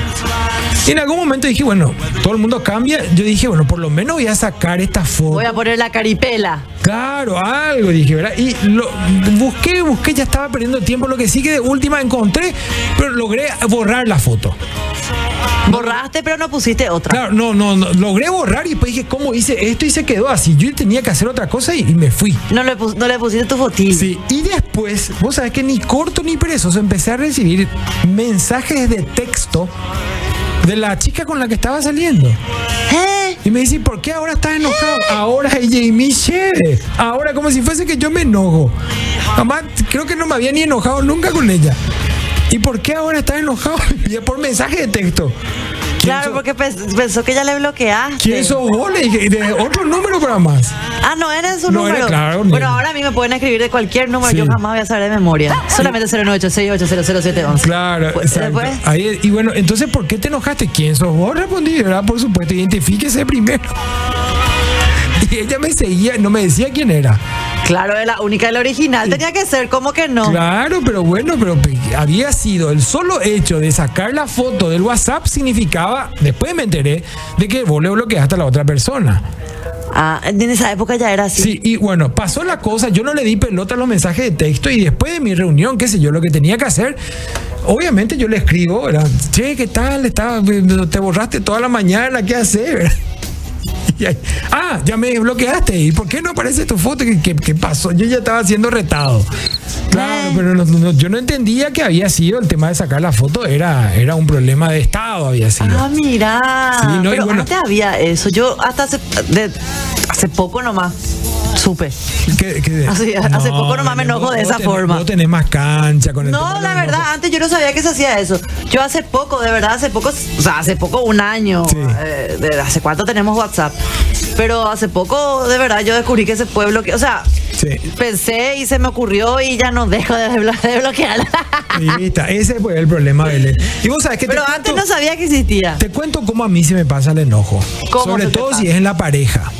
Speaker 2: Y en algún momento dije, bueno, todo el mundo cambia. Yo dije, bueno, por lo menos voy a sacar esta foto.
Speaker 1: Voy a poner la caripela.
Speaker 2: Claro, algo dije, ¿verdad? Y lo busqué, busqué, ya estaba perdiendo tiempo. Lo que sí que de última encontré, pero logré borrar la foto.
Speaker 1: Borraste, pero no pusiste otra.
Speaker 2: Claro, no, no, no, logré borrar y después dije, ¿cómo hice esto? Y se quedó así. Yo tenía que hacer otra cosa y- y me fui.
Speaker 1: No le, pus- no le pusiste tu fotito.
Speaker 2: Sí, y después, vos sabés que ni corto ni perezoso, empecé a recibir mensajes de texto de la chica con la que estaba saliendo.
Speaker 1: ¿Eh?
Speaker 2: Y me dice, ¿por qué ahora estás enojado? Ahora ella y Michelle. Ahora como si fuese que yo me enojo. Mamá, creo que no me había ni enojado nunca con ella. ¿Y por qué ahora estás enojado? Y es por mensaje de texto.
Speaker 1: Claro,
Speaker 2: so-
Speaker 1: porque pens- pensó que ya le bloqueaste.
Speaker 2: ¿Quién sos vos? Le dije, de otro número para más.
Speaker 1: Ah, no, era su
Speaker 2: No, era
Speaker 1: número.
Speaker 2: claro, ni-
Speaker 1: bueno, ahora a mí me pueden escribir de cualquier número,
Speaker 2: Sí.
Speaker 1: yo jamás voy a saber de memoria. Solamente 0986800711.
Speaker 2: Claro,
Speaker 1: Pues,
Speaker 2: exacto.
Speaker 1: después,
Speaker 2: Ahí- y bueno, entonces, ¿por qué te enojaste? ¿Quién sos vos? Respondí, ¿verdad? Por supuesto, identifíquese primero. Y ella me seguía, no me decía quién era.
Speaker 1: claro, es la única, el original tenía que ser, ¿cómo que no?
Speaker 2: Claro, pero bueno, pero pe- había sido el solo hecho de sacar la foto del WhatsApp significaba, después me enteré, de que vos le bloqueaste a la otra persona.
Speaker 1: Ah, en esa época ya era así.
Speaker 2: Sí, y bueno, pasó la cosa, yo no le di pelota a los mensajes de texto y después de mi reunión, qué sé yo, lo que tenía que hacer, obviamente yo le escribo, era, che, ¿qué tal? Estaba- te borraste toda la mañana, ¿qué hacer? Y ahí, ah, ya me desbloqueaste, ¿y por qué no aparece tu foto? ¿Qué, qué- qué pasó? Yo ya estaba siendo retado. Claro,
Speaker 1: Eh.
Speaker 2: pero no- no- yo no entendía que había sido el tema de sacar la foto, era, era un problema de Estado, había sido.
Speaker 1: Ah, mira.
Speaker 2: Sí, no, y
Speaker 1: Pero
Speaker 2: bueno.
Speaker 1: antes había eso. Yo hasta hace, de- hace poco nomás supe.
Speaker 2: ¿Qué- qué-
Speaker 1: Así, hace poco nomás me
Speaker 2: Belén,
Speaker 1: enojo
Speaker 2: vos-
Speaker 1: de
Speaker 2: vos
Speaker 1: esa
Speaker 2: tenés-
Speaker 1: forma.
Speaker 2: vos tenés más cancha con el tema
Speaker 1: No,
Speaker 2: de
Speaker 1: la
Speaker 2: los enojos.
Speaker 1: verdad, antes yo no sabía que se hacía eso. Yo hace poco, de verdad, hace poco, o sea, hace poco, un año,
Speaker 2: Sí.
Speaker 1: eh, de- hace cuánto tenemos WhatsApp. Pero hace poco, de verdad, yo descubrí que ese pueblo, que, o sea,
Speaker 2: Sí.
Speaker 1: pensé y se me ocurrió y ya no dejo de, desblo- de bloquear.
Speaker 2: Ahí está, ese fue el problema, Belén. Y vos sabés que
Speaker 1: Pero
Speaker 2: te,
Speaker 1: antes
Speaker 2: cuento,
Speaker 1: no sabía que existía.
Speaker 2: te cuento cómo a mí se me pasa el enojo.
Speaker 1: ¿Cómo
Speaker 2: Sobre
Speaker 1: se te
Speaker 2: todo
Speaker 1: pasa?
Speaker 2: si es en la pareja.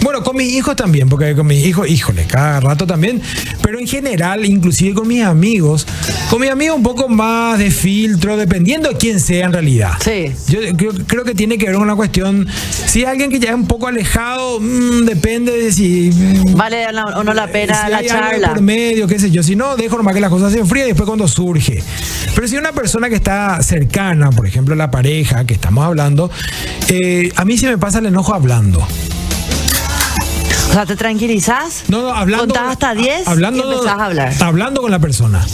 Speaker 2: Bueno, con mis hijos también, porque con mis hijos, híjole, cada rato también. Pero en general, inclusive con mis amigos, con mis amigos un poco más de filtro, dependiendo de quién sea en realidad.
Speaker 1: Sí.
Speaker 2: Yo creo, creo que tiene que ver con una cuestión. Si hay alguien que ya es un poco alejado, mm, depende de si mm,
Speaker 1: Vale la- o no la pena
Speaker 2: si
Speaker 1: la
Speaker 2: hay algo de
Speaker 1: charla.
Speaker 2: por medio, qué sé yo. Si no, dejo nomás que las cosas se enfríen y después cuando surge. Pero si una persona que está cercana, por ejemplo la pareja que estamos hablando, eh, a mí se me pasa el enojo hablando.
Speaker 1: O sea, ¿te tranquilizás?
Speaker 2: No, no, hablando.
Speaker 1: Contás hasta 10
Speaker 2: a- hablando,
Speaker 1: y empezás a hablar.
Speaker 2: Hablando con la persona.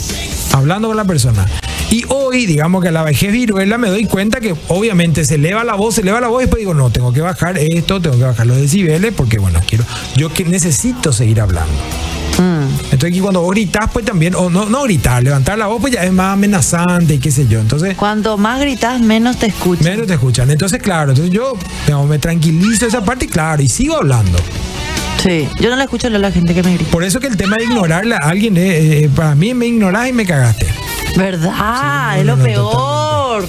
Speaker 2: Hablando con la persona. Y hoy, digamos que a la vejez viruela me doy cuenta que obviamente se eleva la voz, se eleva la voz y después digo, no, tengo que bajar esto, tengo que bajar los decibeles, porque bueno, quiero, yo que necesito seguir hablando.
Speaker 1: Mm.
Speaker 2: Entonces aquí cuando vos gritás, pues también, o no, no gritar, levantar la voz, pues ya es más amenazante y qué sé yo. Entonces,
Speaker 1: Cuanto más gritas, menos te escuchan.
Speaker 2: menos te escuchan. Entonces, claro, entonces yo digamos, me tranquilizo esa parte y claro, y sigo hablando.
Speaker 1: Sí, yo no le escucho a la gente que me grita.
Speaker 2: Por eso que el tema de ignorarla a alguien, eh, eh, para mí me ignorás y me cagaste.
Speaker 1: ¿Verdad?
Speaker 2: Sí,
Speaker 1: es
Speaker 2: no,
Speaker 1: lo
Speaker 2: no,
Speaker 1: peor.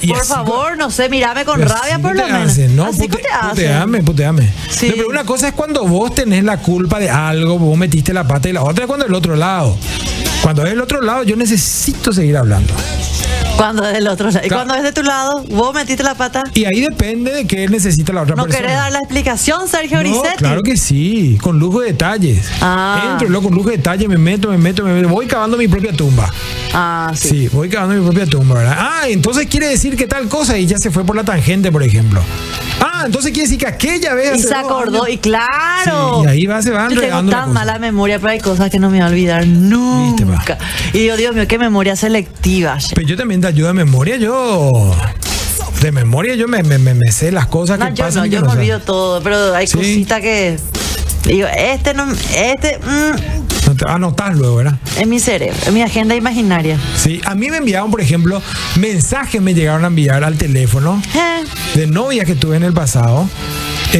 Speaker 2: Y
Speaker 1: Por
Speaker 2: así
Speaker 1: favor, no sé, mírame con
Speaker 2: Y así
Speaker 1: rabia
Speaker 2: que
Speaker 1: por
Speaker 2: te
Speaker 1: lo menos.
Speaker 2: hacen, no,
Speaker 1: así que
Speaker 2: pute-
Speaker 1: te hacen.
Speaker 2: puteame, puteame.
Speaker 1: Sí.
Speaker 2: No, pero una cosa es cuando vos tenés la culpa de algo, vos metiste la pata y la otra es cuando el otro lado. Cuando es el otro lado, yo necesito seguir hablando.
Speaker 1: Cuando es del otro lado. Y
Speaker 2: Ca- Ah,
Speaker 1: cuando es de tu lado, vos metiste la pata.
Speaker 2: Y ahí depende de qué necesita la otra
Speaker 1: ¿No
Speaker 2: persona.
Speaker 1: querés dar la explicación, Sergio
Speaker 2: No,
Speaker 1: Grisetti?
Speaker 2: claro que sí, con lujo de detalles.
Speaker 1: Ah.
Speaker 2: Entro luego con lujo de detalles, me meto, me meto, me meto. Voy cavando mi propia tumba.
Speaker 1: Ah, sí.
Speaker 2: Sí, voy cavando mi propia tumba, ¿verdad? Ah, entonces quiere decir que tal cosa y ya se fue por la tangente, por ejemplo. Ah, entonces quiere decir que aquella vez.
Speaker 1: Y
Speaker 2: hace
Speaker 1: se
Speaker 2: dos
Speaker 1: acordó,
Speaker 2: años-
Speaker 1: y claro.
Speaker 2: Sí, y ahí va- se va
Speaker 1: Yo tengo
Speaker 2: enredando la
Speaker 1: tan
Speaker 2: cosa.
Speaker 1: mala memoria, pero hay cosas que no me voy a olvidar
Speaker 2: Viste, va.
Speaker 1: nunca. Y digo, Dios mío, qué memoria selectiva. che.
Speaker 2: Pero yo también te ayudo de memoria, yo. De memoria yo me, me- me- me sé las cosas
Speaker 1: No,
Speaker 2: que
Speaker 1: yo
Speaker 2: pasan.
Speaker 1: no,
Speaker 2: y que
Speaker 1: yo
Speaker 2: no
Speaker 1: me
Speaker 2: sé.
Speaker 1: olvido todo, pero hay
Speaker 2: Sí.
Speaker 1: cositas que. Digo, este no. Este. mm,
Speaker 2: No te- anotás luego, ¿verdad?
Speaker 1: en mi cerebro, en mi agenda imaginaria.
Speaker 2: Sí, a mí me enviaron, por ejemplo, mensajes me llegaron a enviar al teléfono
Speaker 1: Eh,
Speaker 2: de novias que tuve en el pasado,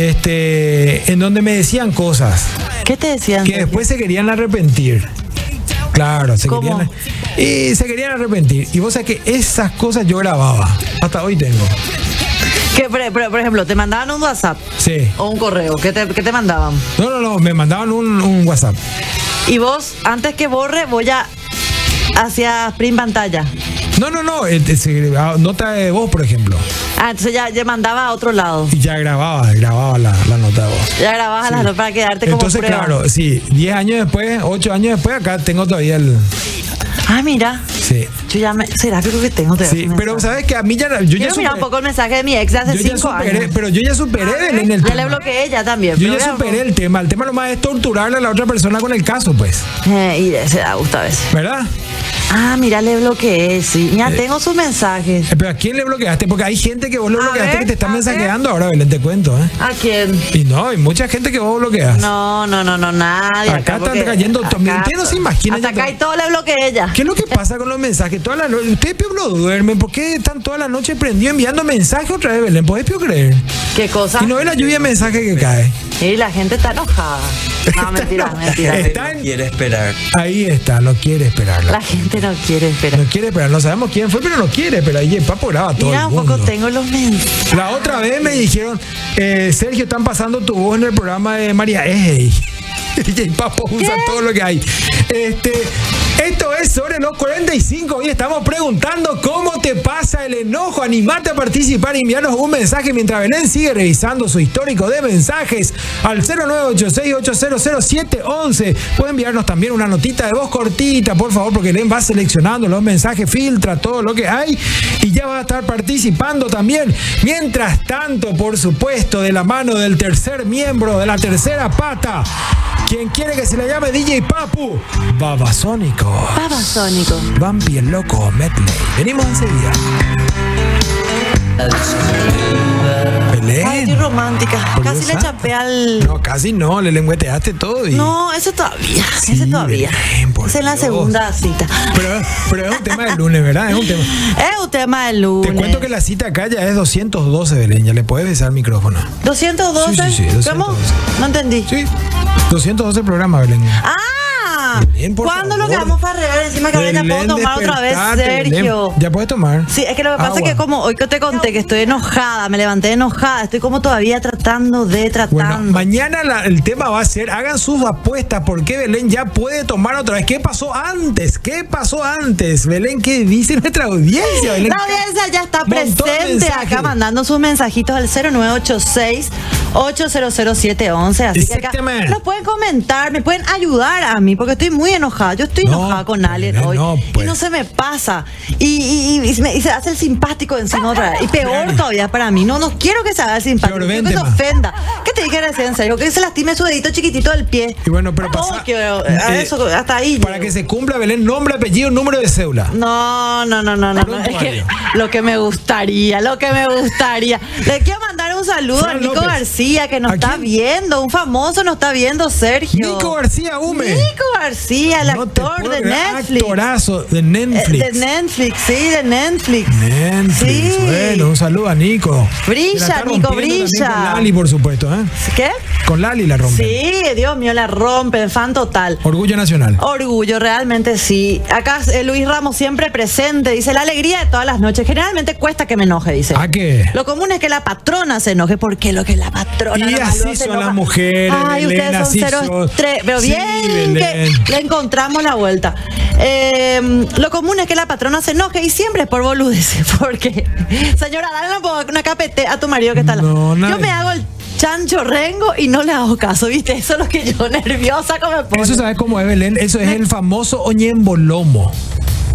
Speaker 2: este, en donde me decían cosas
Speaker 1: ¿Qué te decían?
Speaker 2: que después se querían arrepentir. Claro, se
Speaker 1: ¿Cómo?
Speaker 2: querían y se querían arrepentir. Y vos sabés que esas cosas yo grababa. Hasta hoy tengo.
Speaker 1: Que, por, por- por ejemplo, te mandaban un WhatsApp
Speaker 2: Sí.
Speaker 1: o un correo. ¿Qué te, qué te mandaban?
Speaker 2: No, no, no, me mandaban un, un WhatsApp.
Speaker 1: Y vos, antes que borre, voy a hacia print pantalla.
Speaker 2: No, no, no, eh, eh, se- ah, nota de voz, por ejemplo.
Speaker 1: Ah, entonces ya, ya mandaba a otro lado.
Speaker 2: Y ya grababa, grababa la, la nota de voz.
Speaker 1: Ya grababas las dos para quedarte como
Speaker 2: Entonces,
Speaker 1: prueba.
Speaker 2: claro, sí, 10 años después, 8 años después, acá tengo todavía el...
Speaker 1: Ah, mira.
Speaker 2: Sí,
Speaker 1: Yo ya me. ¿Será que lo que tengo? Te
Speaker 2: sí, pero sabes que a mí ya... Yo ya
Speaker 1: Quiero mirar
Speaker 2: superé-
Speaker 1: un poco el mensaje de mi ex de hace
Speaker 2: yo ya
Speaker 1: cinco
Speaker 2: superé-
Speaker 1: años. Ah,
Speaker 2: Pero yo ya superé Belén, el
Speaker 1: Ya le
Speaker 2: tema.
Speaker 1: bloqueé ella también.
Speaker 2: Yo
Speaker 1: pero
Speaker 2: ya
Speaker 1: voy a-
Speaker 2: superé el tema. El tema nomás es torturarle a la otra persona con el caso, pues.
Speaker 1: Eh, y se da gusto a veces.
Speaker 2: ¿Verdad?
Speaker 1: Ah, mira, le bloqueé, sí. Mira, tengo sus mensajes.
Speaker 2: Eh, Pero ¿a quién le bloqueaste? Porque hay gente que vos lo
Speaker 1: A
Speaker 2: bloqueaste
Speaker 1: ver,
Speaker 2: que te está
Speaker 1: a ver.
Speaker 2: mensajeando ahora, Belén, te cuento, ¿eh?
Speaker 1: ¿A quién?
Speaker 2: Y no, hay mucha gente que vos bloqueas.
Speaker 1: No, no, no, no, nadie.
Speaker 2: Acá están
Speaker 1: porque-
Speaker 2: cayendo to-
Speaker 1: acá-
Speaker 2: ¿Usted no se imagina
Speaker 1: Hasta
Speaker 2: que-
Speaker 1: acá y todo le bloqueé ella.
Speaker 2: ¿Qué es lo que pasa con los mensajes? Toda la noche, ustedes Pio no duermen, ¿por qué están toda la noche prendidos enviando mensajes otra vez, Belén? ¿Podés Pio creer?
Speaker 1: ¿Qué cosa?
Speaker 2: Y no ve la lluvia de mensajes que cae.
Speaker 1: Y la gente está enojada. No, mentira, mentira.
Speaker 2: Está en-
Speaker 5: Quiere esperar.
Speaker 2: ahí está, no quiere esperarlo.
Speaker 1: La gente no quiere esperar.
Speaker 2: No quiere esperar, no sabemos quién fue, pero no quiere esperar. Y el papo graba a todo
Speaker 1: Mira,
Speaker 2: el
Speaker 1: un poco
Speaker 2: mundo.
Speaker 1: tengo los mensajes.
Speaker 2: La otra vez me dijeron, eh, Sergio, están pasando tu voz en el programa de María Ejey. Y el papo usa todo lo que hay. Este, esto es sobre los 45 y estamos preguntando cómo te pasa el enojo. Animate a participar y enviarnos un mensaje mientras Belén sigue revisando su histórico de mensajes al 0986-800711. Puede enviarnos también una notita de voz cortita, por favor, porque Belén va seleccionando los mensajes, filtra todo lo que hay y ya va a estar participando también. Mientras tanto, por supuesto, de la mano del tercer miembro, de la tercera pata, quien quiere que se le llame DJ Papu, Babasónico,
Speaker 1: Babasónico.
Speaker 2: Bambi el Loco, Medley. Venimos enseguida.
Speaker 1: Ay, qué
Speaker 2: Belén.
Speaker 1: romántica. Casi
Speaker 2: Dios
Speaker 1: le
Speaker 2: santo.
Speaker 1: chapé al.
Speaker 2: No, casi no, le lengüeteaste todo y...
Speaker 1: No, ese todavía.
Speaker 2: Sí,
Speaker 1: ese todavía.
Speaker 2: Belén, por
Speaker 1: Esa es la
Speaker 2: Dios.
Speaker 1: segunda cita.
Speaker 2: Pero, pero es un tema del lunes, ¿verdad? Es un tema.
Speaker 1: Es un tema de lunes.
Speaker 2: Te cuento que la cita acá ya es 212, Belén. Ya le puedes besar el micrófono. Sí,
Speaker 1: 212.
Speaker 2: sí, sí,
Speaker 1: ¿Cómo?
Speaker 2: 212.
Speaker 1: No entendí.
Speaker 2: Sí, 212 programa, Belén.
Speaker 1: ¡Ah!
Speaker 2: Belén, por
Speaker 1: ¿Cuándo lo
Speaker 2: favor.
Speaker 1: que vamos a arreglar? Encima que ahora ya puedo
Speaker 2: Belén,
Speaker 1: tomar otra vez,
Speaker 2: despertate,
Speaker 1: Sergio.
Speaker 2: Belén. Ya puedes tomar.
Speaker 1: Sí, es que lo que pasa es que
Speaker 2: Agua.
Speaker 1: como hoy que te conté que estoy enojada, me levanté enojada, estoy como todavía tratando de
Speaker 2: Bueno,
Speaker 1: tratando.
Speaker 2: mañana la- el tema va a ser, hagan sus apuestas, porque Belén ya puede tomar otra vez. ¿Qué pasó antes? ¿Qué pasó antes? Belén, ¿qué dice nuestra audiencia? Belén?
Speaker 1: La audiencia ya está
Speaker 2: Montón de
Speaker 1: presente
Speaker 2: mensajes.
Speaker 1: acá mandando sus mensajitos al 0986 800711. Así que acá
Speaker 2: Exactamente.
Speaker 1: nos pueden comentar, me pueden ayudar a mí, porque estoy muy enojada. Yo estoy
Speaker 2: No,
Speaker 1: enojada con alguien
Speaker 2: pues,
Speaker 1: hoy.
Speaker 2: no, pues.
Speaker 1: Y no se me pasa. Y, y- y- y se me- y se hace el simpático encima otra vez. Y peor todavía para mí. No, no quiero que se haga el simpático.
Speaker 2: Peor,
Speaker 1: quiero
Speaker 2: vente
Speaker 1: que se
Speaker 2: más.
Speaker 1: ofenda. ¿Qué te dije recién, Sergio? Que se lastime su dedito chiquitito del pie.
Speaker 2: Y bueno, pero
Speaker 1: Ah, No,
Speaker 2: pasa-
Speaker 1: que- a
Speaker 2: eh,
Speaker 1: eso, hasta ahí.
Speaker 2: Para
Speaker 1: llego.
Speaker 2: que se cumpla, Belén, nombre, apellido, número de cédula.
Speaker 1: No, no, no, no, no. no. Es que
Speaker 2: Prontuario.
Speaker 1: lo que me gustaría, lo que me gustaría. Le quiero mandar un saludo
Speaker 2: Fran
Speaker 1: a Nico
Speaker 2: López.
Speaker 1: García que nos
Speaker 2: ¿A
Speaker 1: está
Speaker 2: quién?
Speaker 1: viendo, un famoso nos está viendo, Sergio.
Speaker 2: Nico García Hume.
Speaker 1: Nico García, el
Speaker 2: No te
Speaker 1: actor
Speaker 2: puedo
Speaker 1: de
Speaker 2: creer,
Speaker 1: Netflix.
Speaker 2: Actorazo de
Speaker 1: Eh,
Speaker 2: Netflix.
Speaker 1: De Netflix, sí, de Netflix.
Speaker 2: Netflix.
Speaker 1: Sí.
Speaker 2: Bueno, un saludo a Nico.
Speaker 1: Brilla,
Speaker 2: Que la está
Speaker 1: Nico,
Speaker 2: rompiendo también
Speaker 1: brilla.
Speaker 2: Con Lali, por supuesto, ¿eh?
Speaker 1: ¿Qué?
Speaker 2: Con Lali la rompe.
Speaker 1: Sí, Dios mío, la rompen, fan total.
Speaker 2: Orgullo nacional.
Speaker 1: Oh, Orgullo, realmente sí. Acá eh, Luis Ramos siempre presente, dice la alegría de todas las noches. Generalmente cuesta que me enoje, dice.
Speaker 2: ¿A qué?
Speaker 1: Lo común es que la patrona se enoje, porque lo que la patrona.
Speaker 2: Y
Speaker 1: lo
Speaker 2: así
Speaker 1: malo se
Speaker 2: son
Speaker 1: enoja.
Speaker 2: las mujeres,
Speaker 1: Ay,
Speaker 2: Belén,
Speaker 1: ustedes
Speaker 2: así
Speaker 1: son cero
Speaker 2: son.
Speaker 1: estres- Pero
Speaker 2: Sí, Belén.
Speaker 1: bien que le encontramos la vuelta. Eh, lo común es que la patrona se enoje y siempre es por boludeces, porque. Señora, dale una, una capete a tu marido que está al
Speaker 2: No,
Speaker 1: lado.
Speaker 2: nadie.
Speaker 1: Yo me hago el chancho rengo y no le hago caso, ¿viste? Eso es lo que yo nerviosa como me pongo.
Speaker 2: Eso sabes cómo es Belén, eso es el famoso oñembolomo.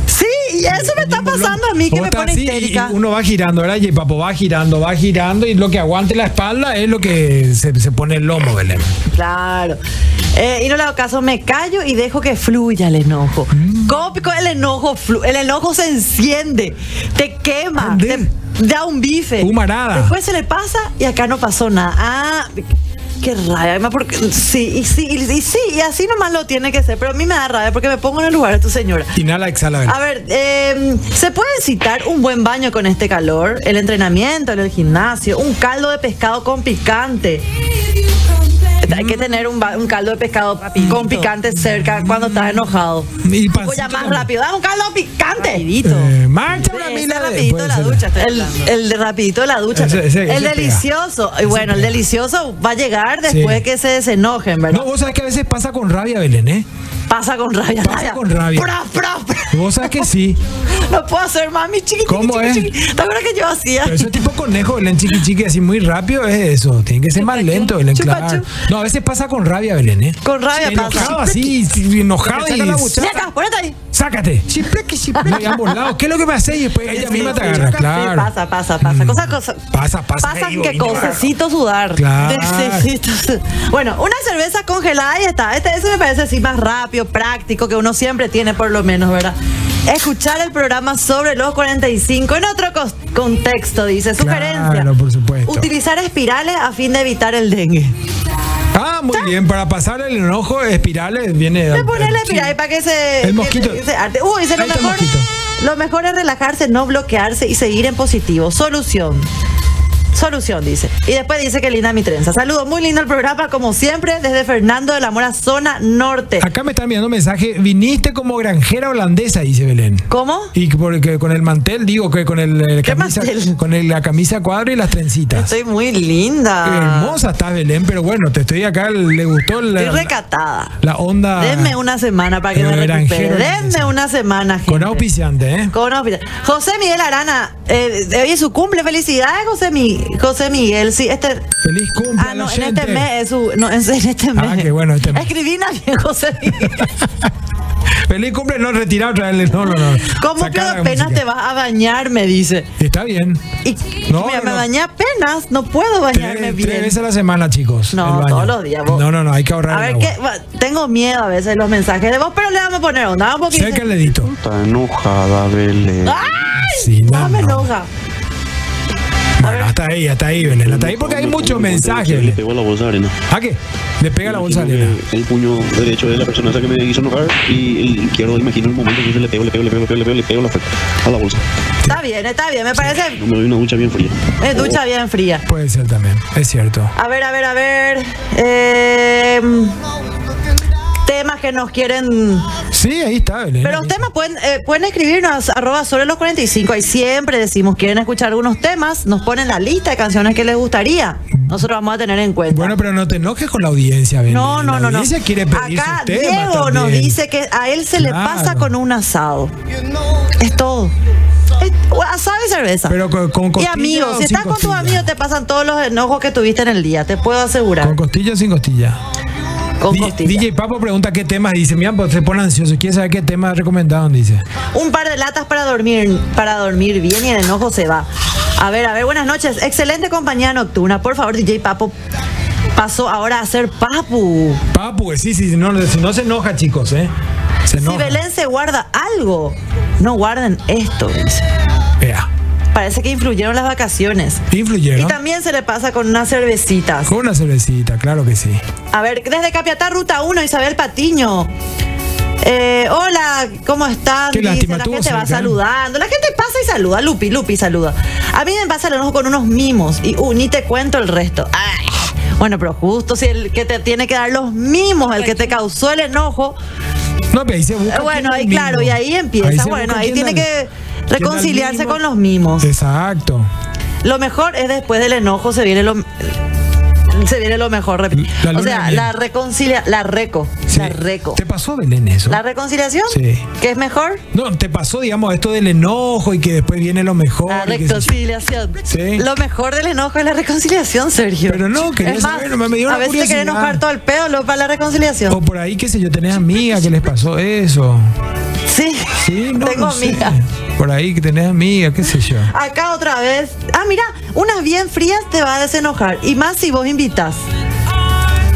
Speaker 1: Sí, y eso me está pasando a mí que
Speaker 2: Vos
Speaker 1: me
Speaker 2: estás
Speaker 1: pone
Speaker 2: así y-
Speaker 1: histérica.
Speaker 2: y uno va girando, ¿verdad? Y el papo va girando, va girando y lo que aguante la espalda es lo que se, se pone el lomo, Belén.
Speaker 1: Claro. Eh, y no le hago caso, me callo y dejo que fluya el enojo. Cópico el enojo, flu- el enojo se enciende, te quema,
Speaker 2: Andén.
Speaker 1: te da un bife.
Speaker 2: Humarada.
Speaker 1: Después se le pasa y acá no pasó nada. Ah, qué rabia, además, porque sí, y sí, y, y sí, y así nomás lo tiene que ser, pero a mí me da rabia porque me pongo en el lugar de tu señora.
Speaker 2: Inhala, exhala, Belén.
Speaker 1: A ver, eh, ¿se puede citar un buen baño con este calor? El entrenamiento en el gimnasio, un caldo de pescado con picante. Hay que tener un, ba- un caldo de pescado con picante cerca cuando estás enojado.
Speaker 2: Y
Speaker 1: Voy
Speaker 2: pancito
Speaker 1: a más
Speaker 2: también.
Speaker 1: rápido, dame un caldo picante. Rapidito.
Speaker 2: Eh, marcha,
Speaker 1: Ese
Speaker 2: Bramila.
Speaker 1: rapidito de la ducha, el, el de rapidito de la ducha.
Speaker 2: Ese- ese- ese
Speaker 1: el
Speaker 2: pega.
Speaker 1: delicioso. Y bueno, el delicioso va a llegar después que se desenojen, ¿verdad?
Speaker 2: No, vos sabés que a veces pasa con rabia, Belén, ¿eh?
Speaker 1: pasa con rabia.
Speaker 2: Pasa con rabia.
Speaker 1: Pra, pra, pra.
Speaker 2: Vos sabés que sí.
Speaker 1: No puedo hacer mami chiqui, chiqui,
Speaker 2: ¿Cómo
Speaker 1: chiqui,
Speaker 2: es?
Speaker 1: chiqui. ¿Te acuerdas que yo hacía?
Speaker 2: Pero eso es tipo conejo, Belén, chiqui chiqui, así muy rápido es eso. Tiene que ser más
Speaker 1: Chupachu,
Speaker 2: lento, Belén,
Speaker 1: chupachu.
Speaker 2: claro. No, a veces pasa con rabia, Belén, ¿eh?
Speaker 1: Con rabia
Speaker 2: Enojado
Speaker 1: pasa.
Speaker 2: así, sí, enojado
Speaker 1: Saca
Speaker 2: y...
Speaker 1: la buchaca. Saca, ponete ahí.
Speaker 2: Sácate. No, y ambos lados. ¿Qué es lo que me hace? Y después ella misma te agarra,
Speaker 1: Sí,
Speaker 2: claro. Mm.
Speaker 1: pasa, pasa, pasa. Cosa, cosa.
Speaker 2: Pasa, pasa.
Speaker 1: Pasan
Speaker 2: Ey,
Speaker 1: que
Speaker 2: bonito.
Speaker 1: cosecito sudar.
Speaker 2: Claro.
Speaker 1: Necesito su- Bueno, una cerveza congelada y ya está. Este, ese me parece así más rápido, práctico, que uno siempre tiene por lo menos, ¿verdad? escuchar el programa sobre los 45 en otro cos- contexto, dice. Sugerencia.
Speaker 2: Claro, por supuesto.
Speaker 1: Utilizar espirales a fin de evitar el dengue.
Speaker 2: Ah, muy bien. Para pasar el enojo, espirales viene.
Speaker 1: Le pones la espiral
Speaker 2: Sí.
Speaker 1: para que se.
Speaker 2: El mosquito.
Speaker 1: que se arte. Uy, dice lo
Speaker 2: Ahí está el
Speaker 1: mejor.
Speaker 2: mosquito.
Speaker 1: Lo mejor es relajarse, no bloquearse y seguir en positivo. Solución. Solución, dice. Y después dice que linda mi trenza. Saludos, muy lindo el programa, como siempre, desde Fernando de la Mora, zona norte.
Speaker 2: Acá me están mirando un mensaje. Viniste como granjera holandesa, dice Belén.
Speaker 1: ¿Cómo?
Speaker 2: Y porque con el mantel, digo que con el, eh, camisa,
Speaker 1: mantel?
Speaker 2: con el- la camisa cuadro y las trencitas.
Speaker 1: Estoy muy
Speaker 2: Qué
Speaker 1: linda.
Speaker 2: hermosa estás, Belén, pero bueno, te estoy acá, le gustó la,
Speaker 1: Estoy recatada.
Speaker 2: la onda.
Speaker 1: Denme una semana para que
Speaker 2: Ah. Pero
Speaker 1: me recupere.
Speaker 2: granjero
Speaker 1: Denme
Speaker 2: holandesa.
Speaker 1: una semana, gente.
Speaker 2: Con auspiciante, ¿eh?
Speaker 1: Con auspicio. José Miguel Arana, eh, hoy es su cumple. Felicidades, José, Mi- José Miguel. Sí, este,
Speaker 2: Feliz cumple.
Speaker 1: Ah,
Speaker 2: a la
Speaker 1: no, en
Speaker 2: gente.
Speaker 1: este mes, es su- no, en, en este mes.
Speaker 2: Ah, qué bueno, este mes.
Speaker 1: Escribí bien, José Miguel.
Speaker 2: Feliz cumple, no retirar, traerle. No, no, no.
Speaker 1: ¿Cómo que
Speaker 2: Sacala la
Speaker 1: apenas te
Speaker 2: música.
Speaker 1: vas a bañar? Me dice.
Speaker 2: Está bien.
Speaker 1: Y
Speaker 2: No,
Speaker 1: mira,
Speaker 2: no,
Speaker 1: me
Speaker 2: no.
Speaker 1: bañé apenas, no puedo
Speaker 2: Tres,
Speaker 1: bañarme
Speaker 2: tres
Speaker 1: bien.
Speaker 2: veces a la semana, chicos.
Speaker 1: No,
Speaker 2: el baño.
Speaker 1: todos los días, vos.
Speaker 2: No, no, no, hay que ahorrar.
Speaker 1: a ver,
Speaker 2: el
Speaker 1: qué,
Speaker 2: agua.
Speaker 1: va- tengo miedo a veces los mensajes de vos, pero le vamos a poner onda. Vamos porque
Speaker 2: Cerca el
Speaker 1: dice-
Speaker 2: dedito.
Speaker 5: Está enojada, Belén.
Speaker 1: ¡Ay!
Speaker 2: Sí, no,
Speaker 1: Ah, me
Speaker 2: no.
Speaker 1: enoja.
Speaker 2: Bueno, hasta ahí, hasta ahí, Belén. Hasta ahí porque hay muchos
Speaker 5: Le
Speaker 2: mensajes.
Speaker 5: pegó la bolsa de arena.
Speaker 2: ¿A qué? Le pega la bolsa de
Speaker 5: Imagino
Speaker 2: arena.
Speaker 5: que El puño derecho de la persona esa que me hizo enojar y el izquierdo, imagino el momento que yo le pego, le pego, le pego, le pego, le pego, le pego la fuerza a la bolsa.
Speaker 1: Está bien, está bien, me parece.
Speaker 5: No me doy una ducha bien fría.
Speaker 1: eh, ducha bien fría.
Speaker 2: Puede ser también, es cierto.
Speaker 1: A ver, a ver, a ver. eh, temas que nos quieren
Speaker 2: Sí, ahí está, Belén.
Speaker 1: Pero los temas pueden, eh, pueden escribirnos arroba sobre los 45. Ahí siempre decimos, quieren escuchar algunos temas, nos ponen la lista de canciones que les gustaría. Nosotros vamos a tener en cuenta.
Speaker 2: Bueno, pero no te enojes con la audiencia, Belén.
Speaker 1: no, no,
Speaker 2: La
Speaker 1: no, no.
Speaker 2: audiencia quiere pedir
Speaker 1: Acá
Speaker 2: sus temas
Speaker 1: Diego nos
Speaker 2: también.
Speaker 1: dice que a él se le
Speaker 2: Claro.
Speaker 1: pasa con un asado. Es todo. Es asado y cerveza.
Speaker 2: Pero con- con
Speaker 1: y
Speaker 2: costilla o
Speaker 1: amigos, si
Speaker 2: sin
Speaker 1: estás con tus
Speaker 2: costilla.
Speaker 1: amigos te pasan todos los enojos que tuviste en el día, te puedo asegurar.
Speaker 2: ¿Con costilla o sin costilla?
Speaker 1: Con
Speaker 2: Di-
Speaker 1: costilla.
Speaker 2: DJ Papo pregunta qué temas dice. Mira, pues se pone ansioso. Quiere saber qué temas recomendaron, dice.
Speaker 1: Un par de latas para dormir, para dormir bien y el enojo se va. A ver, a ver, buenas noches. Excelente compañía nocturna. Por favor, DJ Papo pasó ahora a ser Papu.
Speaker 2: Papu, eh, sí, sí, si no, si no se enoja, chicos, ¿eh? Se
Speaker 1: Si
Speaker 2: enoja.
Speaker 1: Belén se guarda algo, no guarden esto. dice.
Speaker 2: Vea.
Speaker 1: Parece que influyeron las vacaciones.
Speaker 2: Influyeron.
Speaker 1: Y también se le pasa con unas cervecitas.
Speaker 2: Con una cervecita, claro que sí.
Speaker 1: A ver, desde Capiatá, Ruta 1, Isabel Patiño. Eh, hola, ¿cómo están?
Speaker 2: Qué
Speaker 1: Dice,
Speaker 2: lástima,
Speaker 1: la
Speaker 2: tuvo
Speaker 1: gente va
Speaker 2: cerca, ¿eh?
Speaker 1: saludando. La gente pasa y saluda. Lupi, Lupi, saluda. A mí me pasa el enojo con unos mimos. Y uh, ni te cuento el resto. Ay. Bueno, pero justo si el que te tiene que dar los mimos, el que te causó el enojo.
Speaker 2: No, pero ahí se busca.
Speaker 1: eh, bueno,
Speaker 2: quién da
Speaker 1: ahí
Speaker 2: el mimo.
Speaker 1: claro, y ahí empieza.
Speaker 2: se
Speaker 1: bueno,
Speaker 2: busca
Speaker 1: ahí
Speaker 2: quién
Speaker 1: tiene
Speaker 2: da el-
Speaker 1: que
Speaker 2: quién da el
Speaker 1: reconciliarse
Speaker 2: mimo.
Speaker 1: con los mimos.
Speaker 2: Exacto.
Speaker 1: Lo mejor es después del enojo se viene lo se viene lo mejor. repito.
Speaker 2: La luna
Speaker 1: o sea,
Speaker 2: de miel.
Speaker 1: la reconcilia, la reco,
Speaker 2: Sí.
Speaker 1: la reco.
Speaker 2: ¿Te pasó, Belén, eso?
Speaker 1: ¿La reconciliación?
Speaker 2: Sí.
Speaker 1: ¿Qué es mejor?
Speaker 2: No, te pasó, digamos, esto del enojo y que después viene lo mejor.
Speaker 1: La
Speaker 2: y que se-
Speaker 1: reconciliación.
Speaker 2: Sí.
Speaker 1: Lo mejor del enojo es la reconciliación, Sergio.
Speaker 2: Pero no, quería
Speaker 1: es más,
Speaker 2: saber, me dio una
Speaker 1: a veces te quieren
Speaker 2: curiosidad.
Speaker 1: enojar todo el pedo, lo para la reconciliación.
Speaker 2: O por ahí, qué sé yo, tenés amigas que les pasó eso.
Speaker 1: sí.
Speaker 2: Sí, no,
Speaker 1: Tengo
Speaker 2: no sé.
Speaker 1: amigas.
Speaker 2: Por ahí que tenés amigas, qué sé yo.
Speaker 1: Acá otra vez. Ah, mira, unas bien frías te va a desenojar. Y más si vos invitas.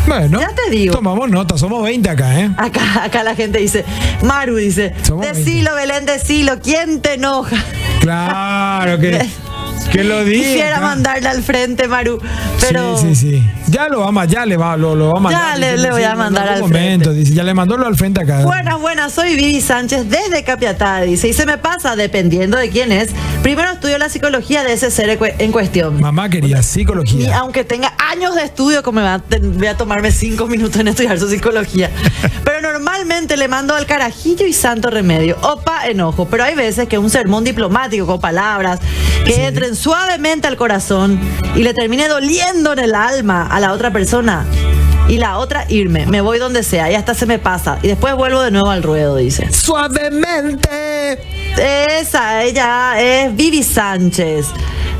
Speaker 2: Bueno,
Speaker 1: Ya te digo.
Speaker 2: Tomamos nota, somos 20 acá, ¿eh?
Speaker 1: Acá, acá la gente dice, Maru dice,
Speaker 2: Somos
Speaker 1: decilo, Belén, decilo, ¿quién te enoja?
Speaker 2: Claro que. Que lo diga.
Speaker 1: Quisiera
Speaker 2: acá.
Speaker 1: mandarle al frente, Maru. Pero
Speaker 2: Sí, sí, sí. Ya lo vamos, ya le va, lo, lo va a mandar.
Speaker 1: Ya le-
Speaker 2: Dice,
Speaker 1: le voy
Speaker 2: sí, en
Speaker 1: a
Speaker 2: algún
Speaker 1: mandar al
Speaker 2: momento,
Speaker 1: frente.
Speaker 2: dice, ya le mandó lo al frente acá.
Speaker 1: Buenas, buenas, soy Vivi Sánchez desde Capiatá, dice, y se me pasa, dependiendo de quién es, primero estudio la psicología de ese ser en cue- en cuestión.
Speaker 2: Mamá quería
Speaker 1: Y
Speaker 2: psicología.
Speaker 1: aunque tenga años de estudio, como me va a, ten- voy a tomarme cinco minutos en estudiar su psicología. Pero normalmente le mando al carajillo y santo remedio. Opa, enojo. Pero hay veces que un sermón diplomático con palabras que entren suavemente al corazón y le termine doliendo en el alma a la otra persona. Y la otra, irme. Me voy donde sea y hasta se me pasa. Y después vuelvo de nuevo al ruedo, dice.
Speaker 2: Suavemente.
Speaker 1: Esa, ella es Vivi Sánchez.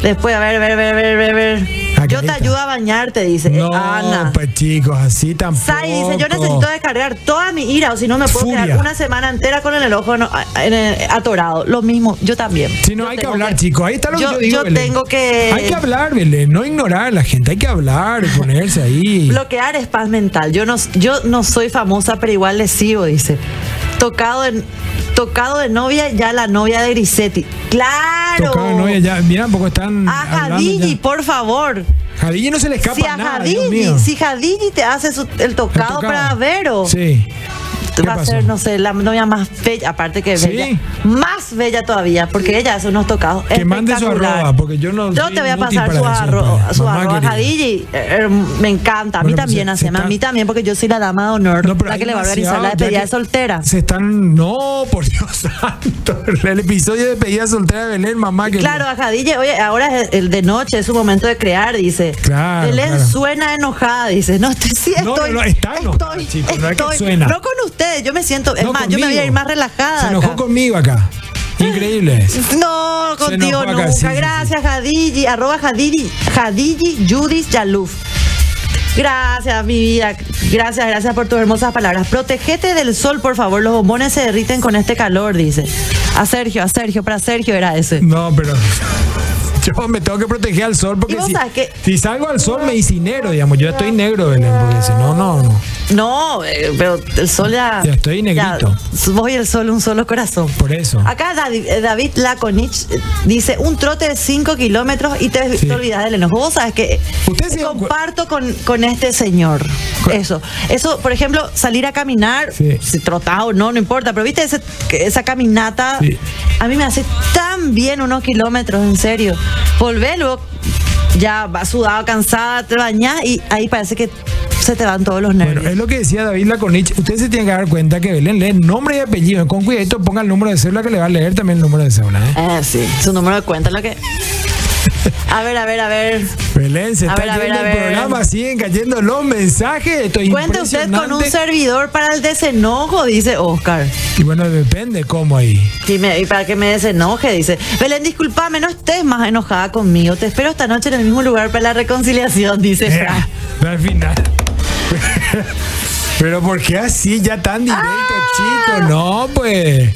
Speaker 1: Después, a ver, a ver, a ver, a ver, a ver.
Speaker 2: Ah,
Speaker 1: Yo
Speaker 2: qué
Speaker 1: te
Speaker 2: rica.
Speaker 1: ayudo a bañarte, dice eh,
Speaker 2: No,
Speaker 1: Ana.
Speaker 2: pues chicos, así tampoco.
Speaker 1: Sai dice, yo necesito descargar toda mi ira o si no me puedo
Speaker 2: Furia.
Speaker 1: quedar una semana entera con el ojo atorado. Lo mismo, yo también.
Speaker 2: Si no,
Speaker 1: Yo
Speaker 2: hay que
Speaker 1: tengo
Speaker 2: hablar, chicos. Ahí está lo
Speaker 1: yo,
Speaker 2: que yo digo.
Speaker 1: yo
Speaker 2: Belén.
Speaker 1: tengo que,
Speaker 2: Hay que hablar, Belén. No ignorar a la gente. Hay que hablar, ponerse ahí.
Speaker 1: bloquear es paz mental. Yo no, yo no soy famosa, pero igual le sigo, dice. Tocado en... Tocado de novia, ya la novia de Grisetti. ¡Claro!
Speaker 2: Tocado, no, ya, mira, un poco están.
Speaker 1: A
Speaker 2: Mm, hablando
Speaker 1: Jadigi,
Speaker 2: ya.
Speaker 1: por favor.
Speaker 2: Jadilli no se le escapa
Speaker 1: Si a
Speaker 2: nada. Dios mío.
Speaker 1: Jadigi, si Jadigi te hace su- el,
Speaker 2: El
Speaker 1: tocado
Speaker 2: tocado.
Speaker 1: para Vero,
Speaker 2: Sí. ¿Qué
Speaker 1: va a
Speaker 2: pasó?
Speaker 1: ser, no sé, la novia más bella, aparte que
Speaker 2: Sí.
Speaker 1: bella, más bella todavía, porque ella hace unos tocados.
Speaker 2: Que mande su
Speaker 1: espectacular.
Speaker 2: arroba, porque yo no
Speaker 1: Yo
Speaker 2: soy
Speaker 1: te voy a
Speaker 2: inútil
Speaker 1: pasar
Speaker 2: para
Speaker 1: su,
Speaker 2: eso,
Speaker 1: arro-
Speaker 2: papá.
Speaker 1: su
Speaker 2: Mamá
Speaker 1: arroba,
Speaker 2: querida.
Speaker 1: Jadigi. Eh, eh, me encanta, a mí
Speaker 2: Bueno, pues
Speaker 1: también,
Speaker 2: se-
Speaker 1: haceme,
Speaker 2: se
Speaker 1: a mí
Speaker 2: está-
Speaker 1: también, porque yo soy la dama de honor,
Speaker 2: No, pero
Speaker 1: la
Speaker 2: hay
Speaker 1: que le va a organizar
Speaker 2: demasiado,
Speaker 1: la
Speaker 2: ya
Speaker 1: despedida
Speaker 2: que
Speaker 1: de soltera.
Speaker 2: Se están. No, por Dios santo. El episodio de despedida soltera de Belén, mamá que.
Speaker 1: Claro, a Jadille, oye, ahora es el de noche, es su momento de crear, dice.
Speaker 2: Claro,
Speaker 1: Belén
Speaker 2: claro.
Speaker 1: suena enojada, dice. No, estoy, sí,
Speaker 2: No,
Speaker 1: estoy.
Speaker 2: no, no, está enojada,
Speaker 1: estoy,
Speaker 2: chicos, no es que
Speaker 1: estoy.
Speaker 2: suena.
Speaker 1: No con ustedes, yo me siento, es
Speaker 2: No,
Speaker 1: más, yo me voy a ir
Speaker 2: conmigo.
Speaker 1: más relajada.
Speaker 2: Se enojó
Speaker 1: acá.
Speaker 2: conmigo acá. Increíble.
Speaker 1: No,
Speaker 2: Se
Speaker 1: contigo
Speaker 2: enojó acá,
Speaker 1: nunca.
Speaker 2: sí, sí, sí.
Speaker 1: Gracias, Jadigi, arroba Jadigi, Jadigi Judith Yaluf. Gracias, mi vida. Gracias, gracias por tus hermosas palabras. Protégete del sol, por favor. Los bombones se derriten con este calor, dice. A Sergio, a Sergio, para Sergio era ese.
Speaker 2: No, pero. Yo me tengo que proteger al sol
Speaker 1: ¿Y
Speaker 2: porque
Speaker 1: vos
Speaker 2: si,
Speaker 1: sabes qué?
Speaker 2: si salgo al sol me disinero, digamos. Yo estoy negro, Belén, porque si no, no, no.
Speaker 1: No, eh, pero el sol ya.
Speaker 2: Ya estoy negrito.
Speaker 1: ya, vos y el sol, un solo corazón.
Speaker 2: Por eso.
Speaker 1: Acá David, eh, David Laconich eh, dice: un trote de 5 kilómetros y te,
Speaker 2: Sí.
Speaker 1: te olvidas del enojo. Vos sabes que eh,
Speaker 2: Ustedes se dan cu-
Speaker 1: comparto con, con este señor.
Speaker 2: Cu-
Speaker 1: Eso. Eso, por ejemplo, salir a caminar,
Speaker 2: Sí.
Speaker 1: si trotado o no, no importa. Pero viste ese- que esa caminata,
Speaker 2: Sí.
Speaker 1: a mí me hace tan bien unos kilómetros, en serio. Volver luego, ya va sudado, cansada, te bañás y ahí parece que se te van todos los nervios.
Speaker 2: Bueno, eh. es lo que decía David Laconich. Ustedes se tienen que dar cuenta que Belén lee nombre y apellido. Con cuidadito ponga el número de cédula que le va a leer también el número de cédula. ¿eh?
Speaker 1: Eh, sí, su número de cuenta, lo que. A ver, a ver, a ver.
Speaker 2: Belén, se
Speaker 1: A
Speaker 2: está
Speaker 1: ver, a ver,
Speaker 2: yendo el
Speaker 1: a ver.
Speaker 2: programa, siguen cayendo los mensajes. Esto es
Speaker 1: Cuente usted con un
Speaker 2: impresionante.
Speaker 1: servidor para el desenojo, dice Oscar.
Speaker 2: Y bueno, depende cómo ahí.
Speaker 1: Y, me- y para que me desenoje, dice. Belén, discúlpame, no estés más enojada conmigo. Te espero esta noche en el mismo lugar para la reconciliación, dice
Speaker 2: Eh,
Speaker 1: Fran.
Speaker 2: Al final. Pero ¿por qué así ya tan directo,
Speaker 1: Ah.
Speaker 2: chico? No, pues.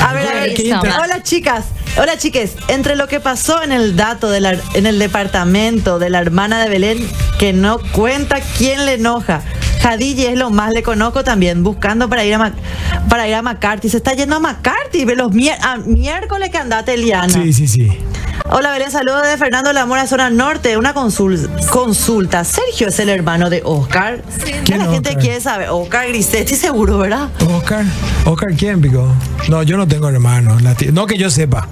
Speaker 1: A ver, a
Speaker 2: Ay,
Speaker 1: ver.
Speaker 2: qué inter-
Speaker 1: Hola, chicas. Hola, chiques. Entre lo que pasó en el dato de la- en el departamento de la hermana de Belén, que no cuenta quién le enoja. Jadille es lo más le conozco también, buscando para ir a Ma- para ir a McCarthy. Se está yendo a McCarthy, ve los mier- a miércoles que andate, Eliana.
Speaker 2: Sí, sí, sí.
Speaker 1: Hola Belén, saludos de Fernando Lamora, zona norte. Una consul- consulta. Sergio es el hermano de Oscar. ¿Qué
Speaker 2: ¿Quién
Speaker 1: la
Speaker 2: es
Speaker 1: gente
Speaker 2: Oscar?
Speaker 1: quiere saber? Oscar Grisetti, seguro, ¿verdad?
Speaker 2: Oscar, Oscar, ¿quién picó? No, yo no tengo hermano. la tía- no que yo sepa.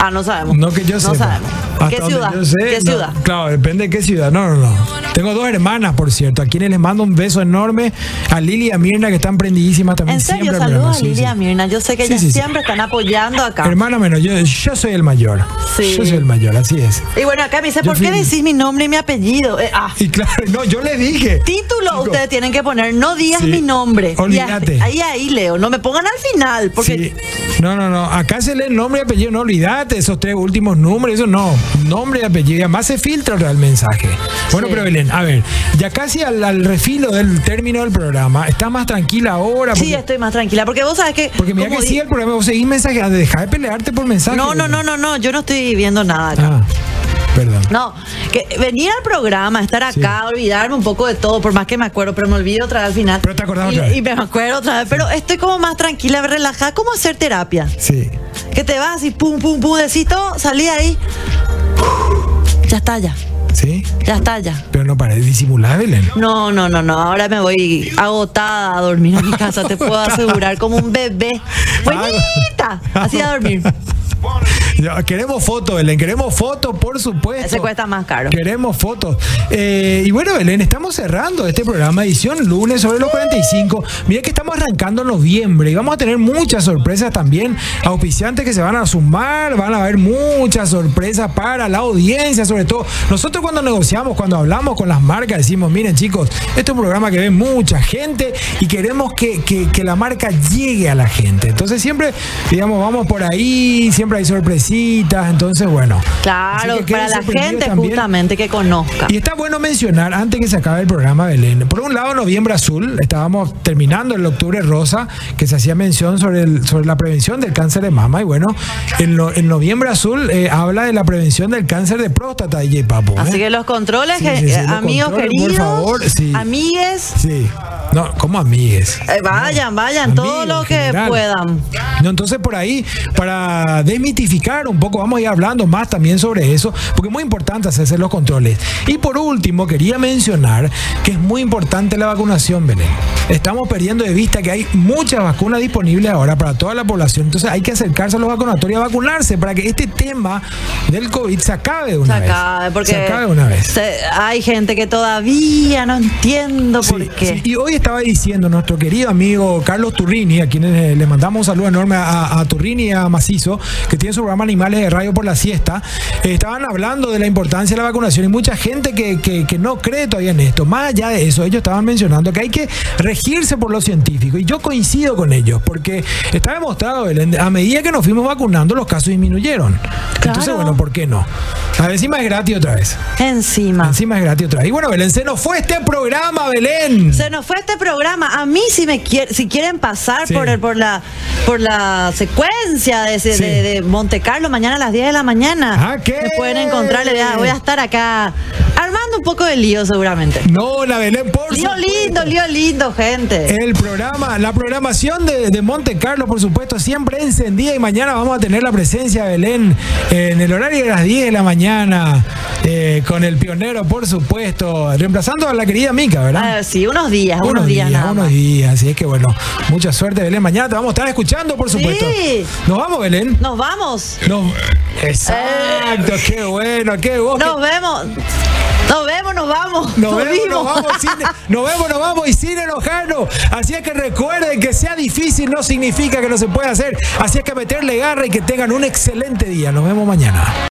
Speaker 1: Ah, no sabemos.
Speaker 2: No que yo
Speaker 1: No
Speaker 2: sepa.
Speaker 1: sabemos.
Speaker 2: Hasta
Speaker 1: ¿Qué
Speaker 2: donde
Speaker 1: ciudad?
Speaker 2: yo sé,
Speaker 1: ¿Qué
Speaker 2: no.
Speaker 1: ciudad?
Speaker 2: Claro, depende de qué ciudad. No, no, no. Tengo dos hermanas, por cierto, a quienes les mando un beso enorme. A Lili y a Mirna, que están prendidísimas también.
Speaker 1: En serio,
Speaker 2: siempre al
Speaker 1: saludos a
Speaker 2: programa. Sí,
Speaker 1: Lidia
Speaker 2: sí.
Speaker 1: Mirna. Yo sé que
Speaker 2: Sí,
Speaker 1: ellas
Speaker 2: sí, sí.
Speaker 1: siempre están apoyando acá.
Speaker 2: Hermano menos, yo, yo soy el mayor.
Speaker 1: Sí.
Speaker 2: Yo soy el mayor, así es.
Speaker 1: y bueno, acá me dice,
Speaker 2: Yo
Speaker 1: ¿por qué
Speaker 2: fui-
Speaker 1: decís mi nombre y mi apellido? Eh, ah,
Speaker 2: Y claro, no, yo le dije.
Speaker 1: título
Speaker 2: Chico,
Speaker 1: ustedes tienen que poner, no digas
Speaker 2: Sí.
Speaker 1: mi nombre. Y
Speaker 2: Olvídate.
Speaker 1: Ahí, ahí, Leo. No me pongan al final, porque
Speaker 2: sí. No, no, no. Acá se lee nombre y apellido. No olvidate esos tres últimos números. Eso no. Nombre y apellido. Y además se filtra ahora el mensaje. Bueno,
Speaker 1: Sí.
Speaker 2: pero Belén, a ver. Ya casi al, al refilo del término del programa. ¿Estás más tranquila ahora?
Speaker 1: sí,
Speaker 2: Porque-
Speaker 1: estoy más tranquila. Porque vos sabes que...
Speaker 2: Porque mira
Speaker 1: como
Speaker 2: que
Speaker 1: di-
Speaker 2: sigue el programa, vos seguís mensajeando, deja de pelearte por mensaje.
Speaker 1: No, no, no, no, no, yo no estoy viendo nada acá.
Speaker 2: Ah, perdón.
Speaker 1: No, que venir al programa, estar acá, olvidarme un poco de todo, por más que me acuerdo, pero me olvido otra vez al final.
Speaker 2: Pero te acordás
Speaker 1: y,
Speaker 2: otra vez.
Speaker 1: y me acuerdo otra vez, pero estoy como más tranquila, relajada, como hacer terapia.
Speaker 2: Sí.
Speaker 1: Que te vas y pum, pum, pum, decís todo, salí de ahí. Ya está, ya,
Speaker 2: Sí.
Speaker 1: ya está, ya.
Speaker 2: Pero no para, disimular, Belén.
Speaker 1: No, no, no, no. Ahora me voy agotada a dormir a mi casa. Te puedo asegurar como un bebé. Buenita. Así a dormir.
Speaker 2: Ya, Queremos fotos, Belén. Queremos fotos, por supuesto.
Speaker 1: Ese cuesta más caro.
Speaker 2: Queremos fotos. Eh, y bueno, Belén, estamos cerrando este programa edición lunes sobre los 45. Mira que estamos arrancando noviembre y vamos a tener muchas sorpresas también. Auspiciantes que se van a sumar, van a haber muchas sorpresas para la audiencia, sobre todo. Nosotros cuando negociamos, cuando hablamos con las marcas, decimos, miren chicos, este es un programa que ve mucha gente y queremos que, que- que la marca llegue a la gente. Entonces siempre, digamos, vamos por ahí, siempre hay sorpresitas, entonces bueno. Así
Speaker 1: Claro,
Speaker 2: que
Speaker 1: para
Speaker 2: queden
Speaker 1: la
Speaker 2: sorprendidos
Speaker 1: gente
Speaker 2: también.
Speaker 1: justamente que conozca.
Speaker 2: Y está bueno mencionar, antes que se acabe el programa, Belén, por un lado, noviembre azul, estábamos terminando el octubre rosa, que se hacía mención sobre, el- sobre la prevención del cáncer de mama, y bueno, en, no- en noviembre azul eh, habla de la prevención del cáncer de próstata, DJ Papo. ¿eh?
Speaker 1: Así que los controles,
Speaker 2: Sí,
Speaker 1: que-
Speaker 2: sí, sí,
Speaker 1: eh,
Speaker 2: los
Speaker 1: amigos
Speaker 2: controles, por
Speaker 1: queridos,
Speaker 2: favor, sí.
Speaker 1: amigues,
Speaker 2: Sí, No, como amigues.
Speaker 1: Eh, vayan, vayan, todo
Speaker 2: Amigos,
Speaker 1: lo que
Speaker 2: en general.
Speaker 1: puedan.
Speaker 2: No, entonces por ahí, para desmitificar un poco, vamos a ir hablando más también sobre eso, porque es muy importante hacerse los controles. Y por último, quería mencionar que es muy importante la vacunación, Belén. Estamos perdiendo de vista que hay muchas vacunas disponibles ahora para toda la población, entonces hay que acercarse a los vacunatorios a vacunarse para que este tema del COVID se acabe de
Speaker 1: Se
Speaker 2: una vez.
Speaker 1: acabe, eh, porque
Speaker 2: se acabe de una vez.
Speaker 1: se- hay gente que todavía no entiendo
Speaker 2: Sí,
Speaker 1: por qué.
Speaker 2: sí. Y hoy estaba diciendo nuestro querido amigo Carlos Turrini, a quien eh, le mandamos un saludo enorme a, a Turrini y a Macizo, que tiene su programa Animales de Radio por la Siesta, eh, estaban hablando de la importancia de la vacunación y mucha gente que, que- que no cree todavía en esto. Más allá de eso, ellos estaban mencionando que hay que regirse por lo científico y yo coincido con ellos, porque está demostrado, Belén, a medida que nos fuimos vacunando, los casos disminuyeron. Entonces,
Speaker 1: Claro.
Speaker 2: bueno, ¿por qué no? A ver, encima es gratis otra vez.
Speaker 1: Encima.
Speaker 2: Encima es gratis otra vez. Y bueno, Belén, se nos fue este programa, Belén.
Speaker 1: Se nos fue este programa. A mí si me quier- si quieren pasar
Speaker 2: Sí.
Speaker 1: por el- por la por la secuencia de, ese-
Speaker 2: Sí.
Speaker 1: de- de Monte Carlo mañana a las 10 de la mañana.
Speaker 2: Ah, ¿qué?
Speaker 1: Me pueden encontrar, le voy a, voy a estar acá armando un poco de lío seguramente.
Speaker 2: No, la Belén, por
Speaker 1: Lío
Speaker 2: supuesto. Eh,
Speaker 1: lindo, lío lindo, gente.
Speaker 2: El programa, la programación de, de Monte Carlo, por supuesto, siempre encendida y mañana vamos a tener la presencia de Belén eh, en el horario de las 10 de la mañana eh, con el pionero, por supuesto, reemplazando a la querida Mica, ¿verdad?
Speaker 1: Ah, sí, unos días, unos, días, nada
Speaker 2: unos
Speaker 1: más.
Speaker 2: días, así es que bueno, mucha suerte Belén, mañana te vamos a estar escuchando, por supuesto. Nos vamos, Belén.
Speaker 1: Nos vamos.
Speaker 2: Nos- Exacto, qué bueno, qué bueno.
Speaker 1: Nos vemos. Nos vemos, nos vamos.
Speaker 2: Nos vemos, nos
Speaker 1: vimos.
Speaker 2: vamos, sin, nos vemos, nos vamos y sin enojarnos. Así es que recuerden que sea difícil no significa que no se puede hacer. Así es que meterle garra y que tengan un excelente día. Nos vemos mañana.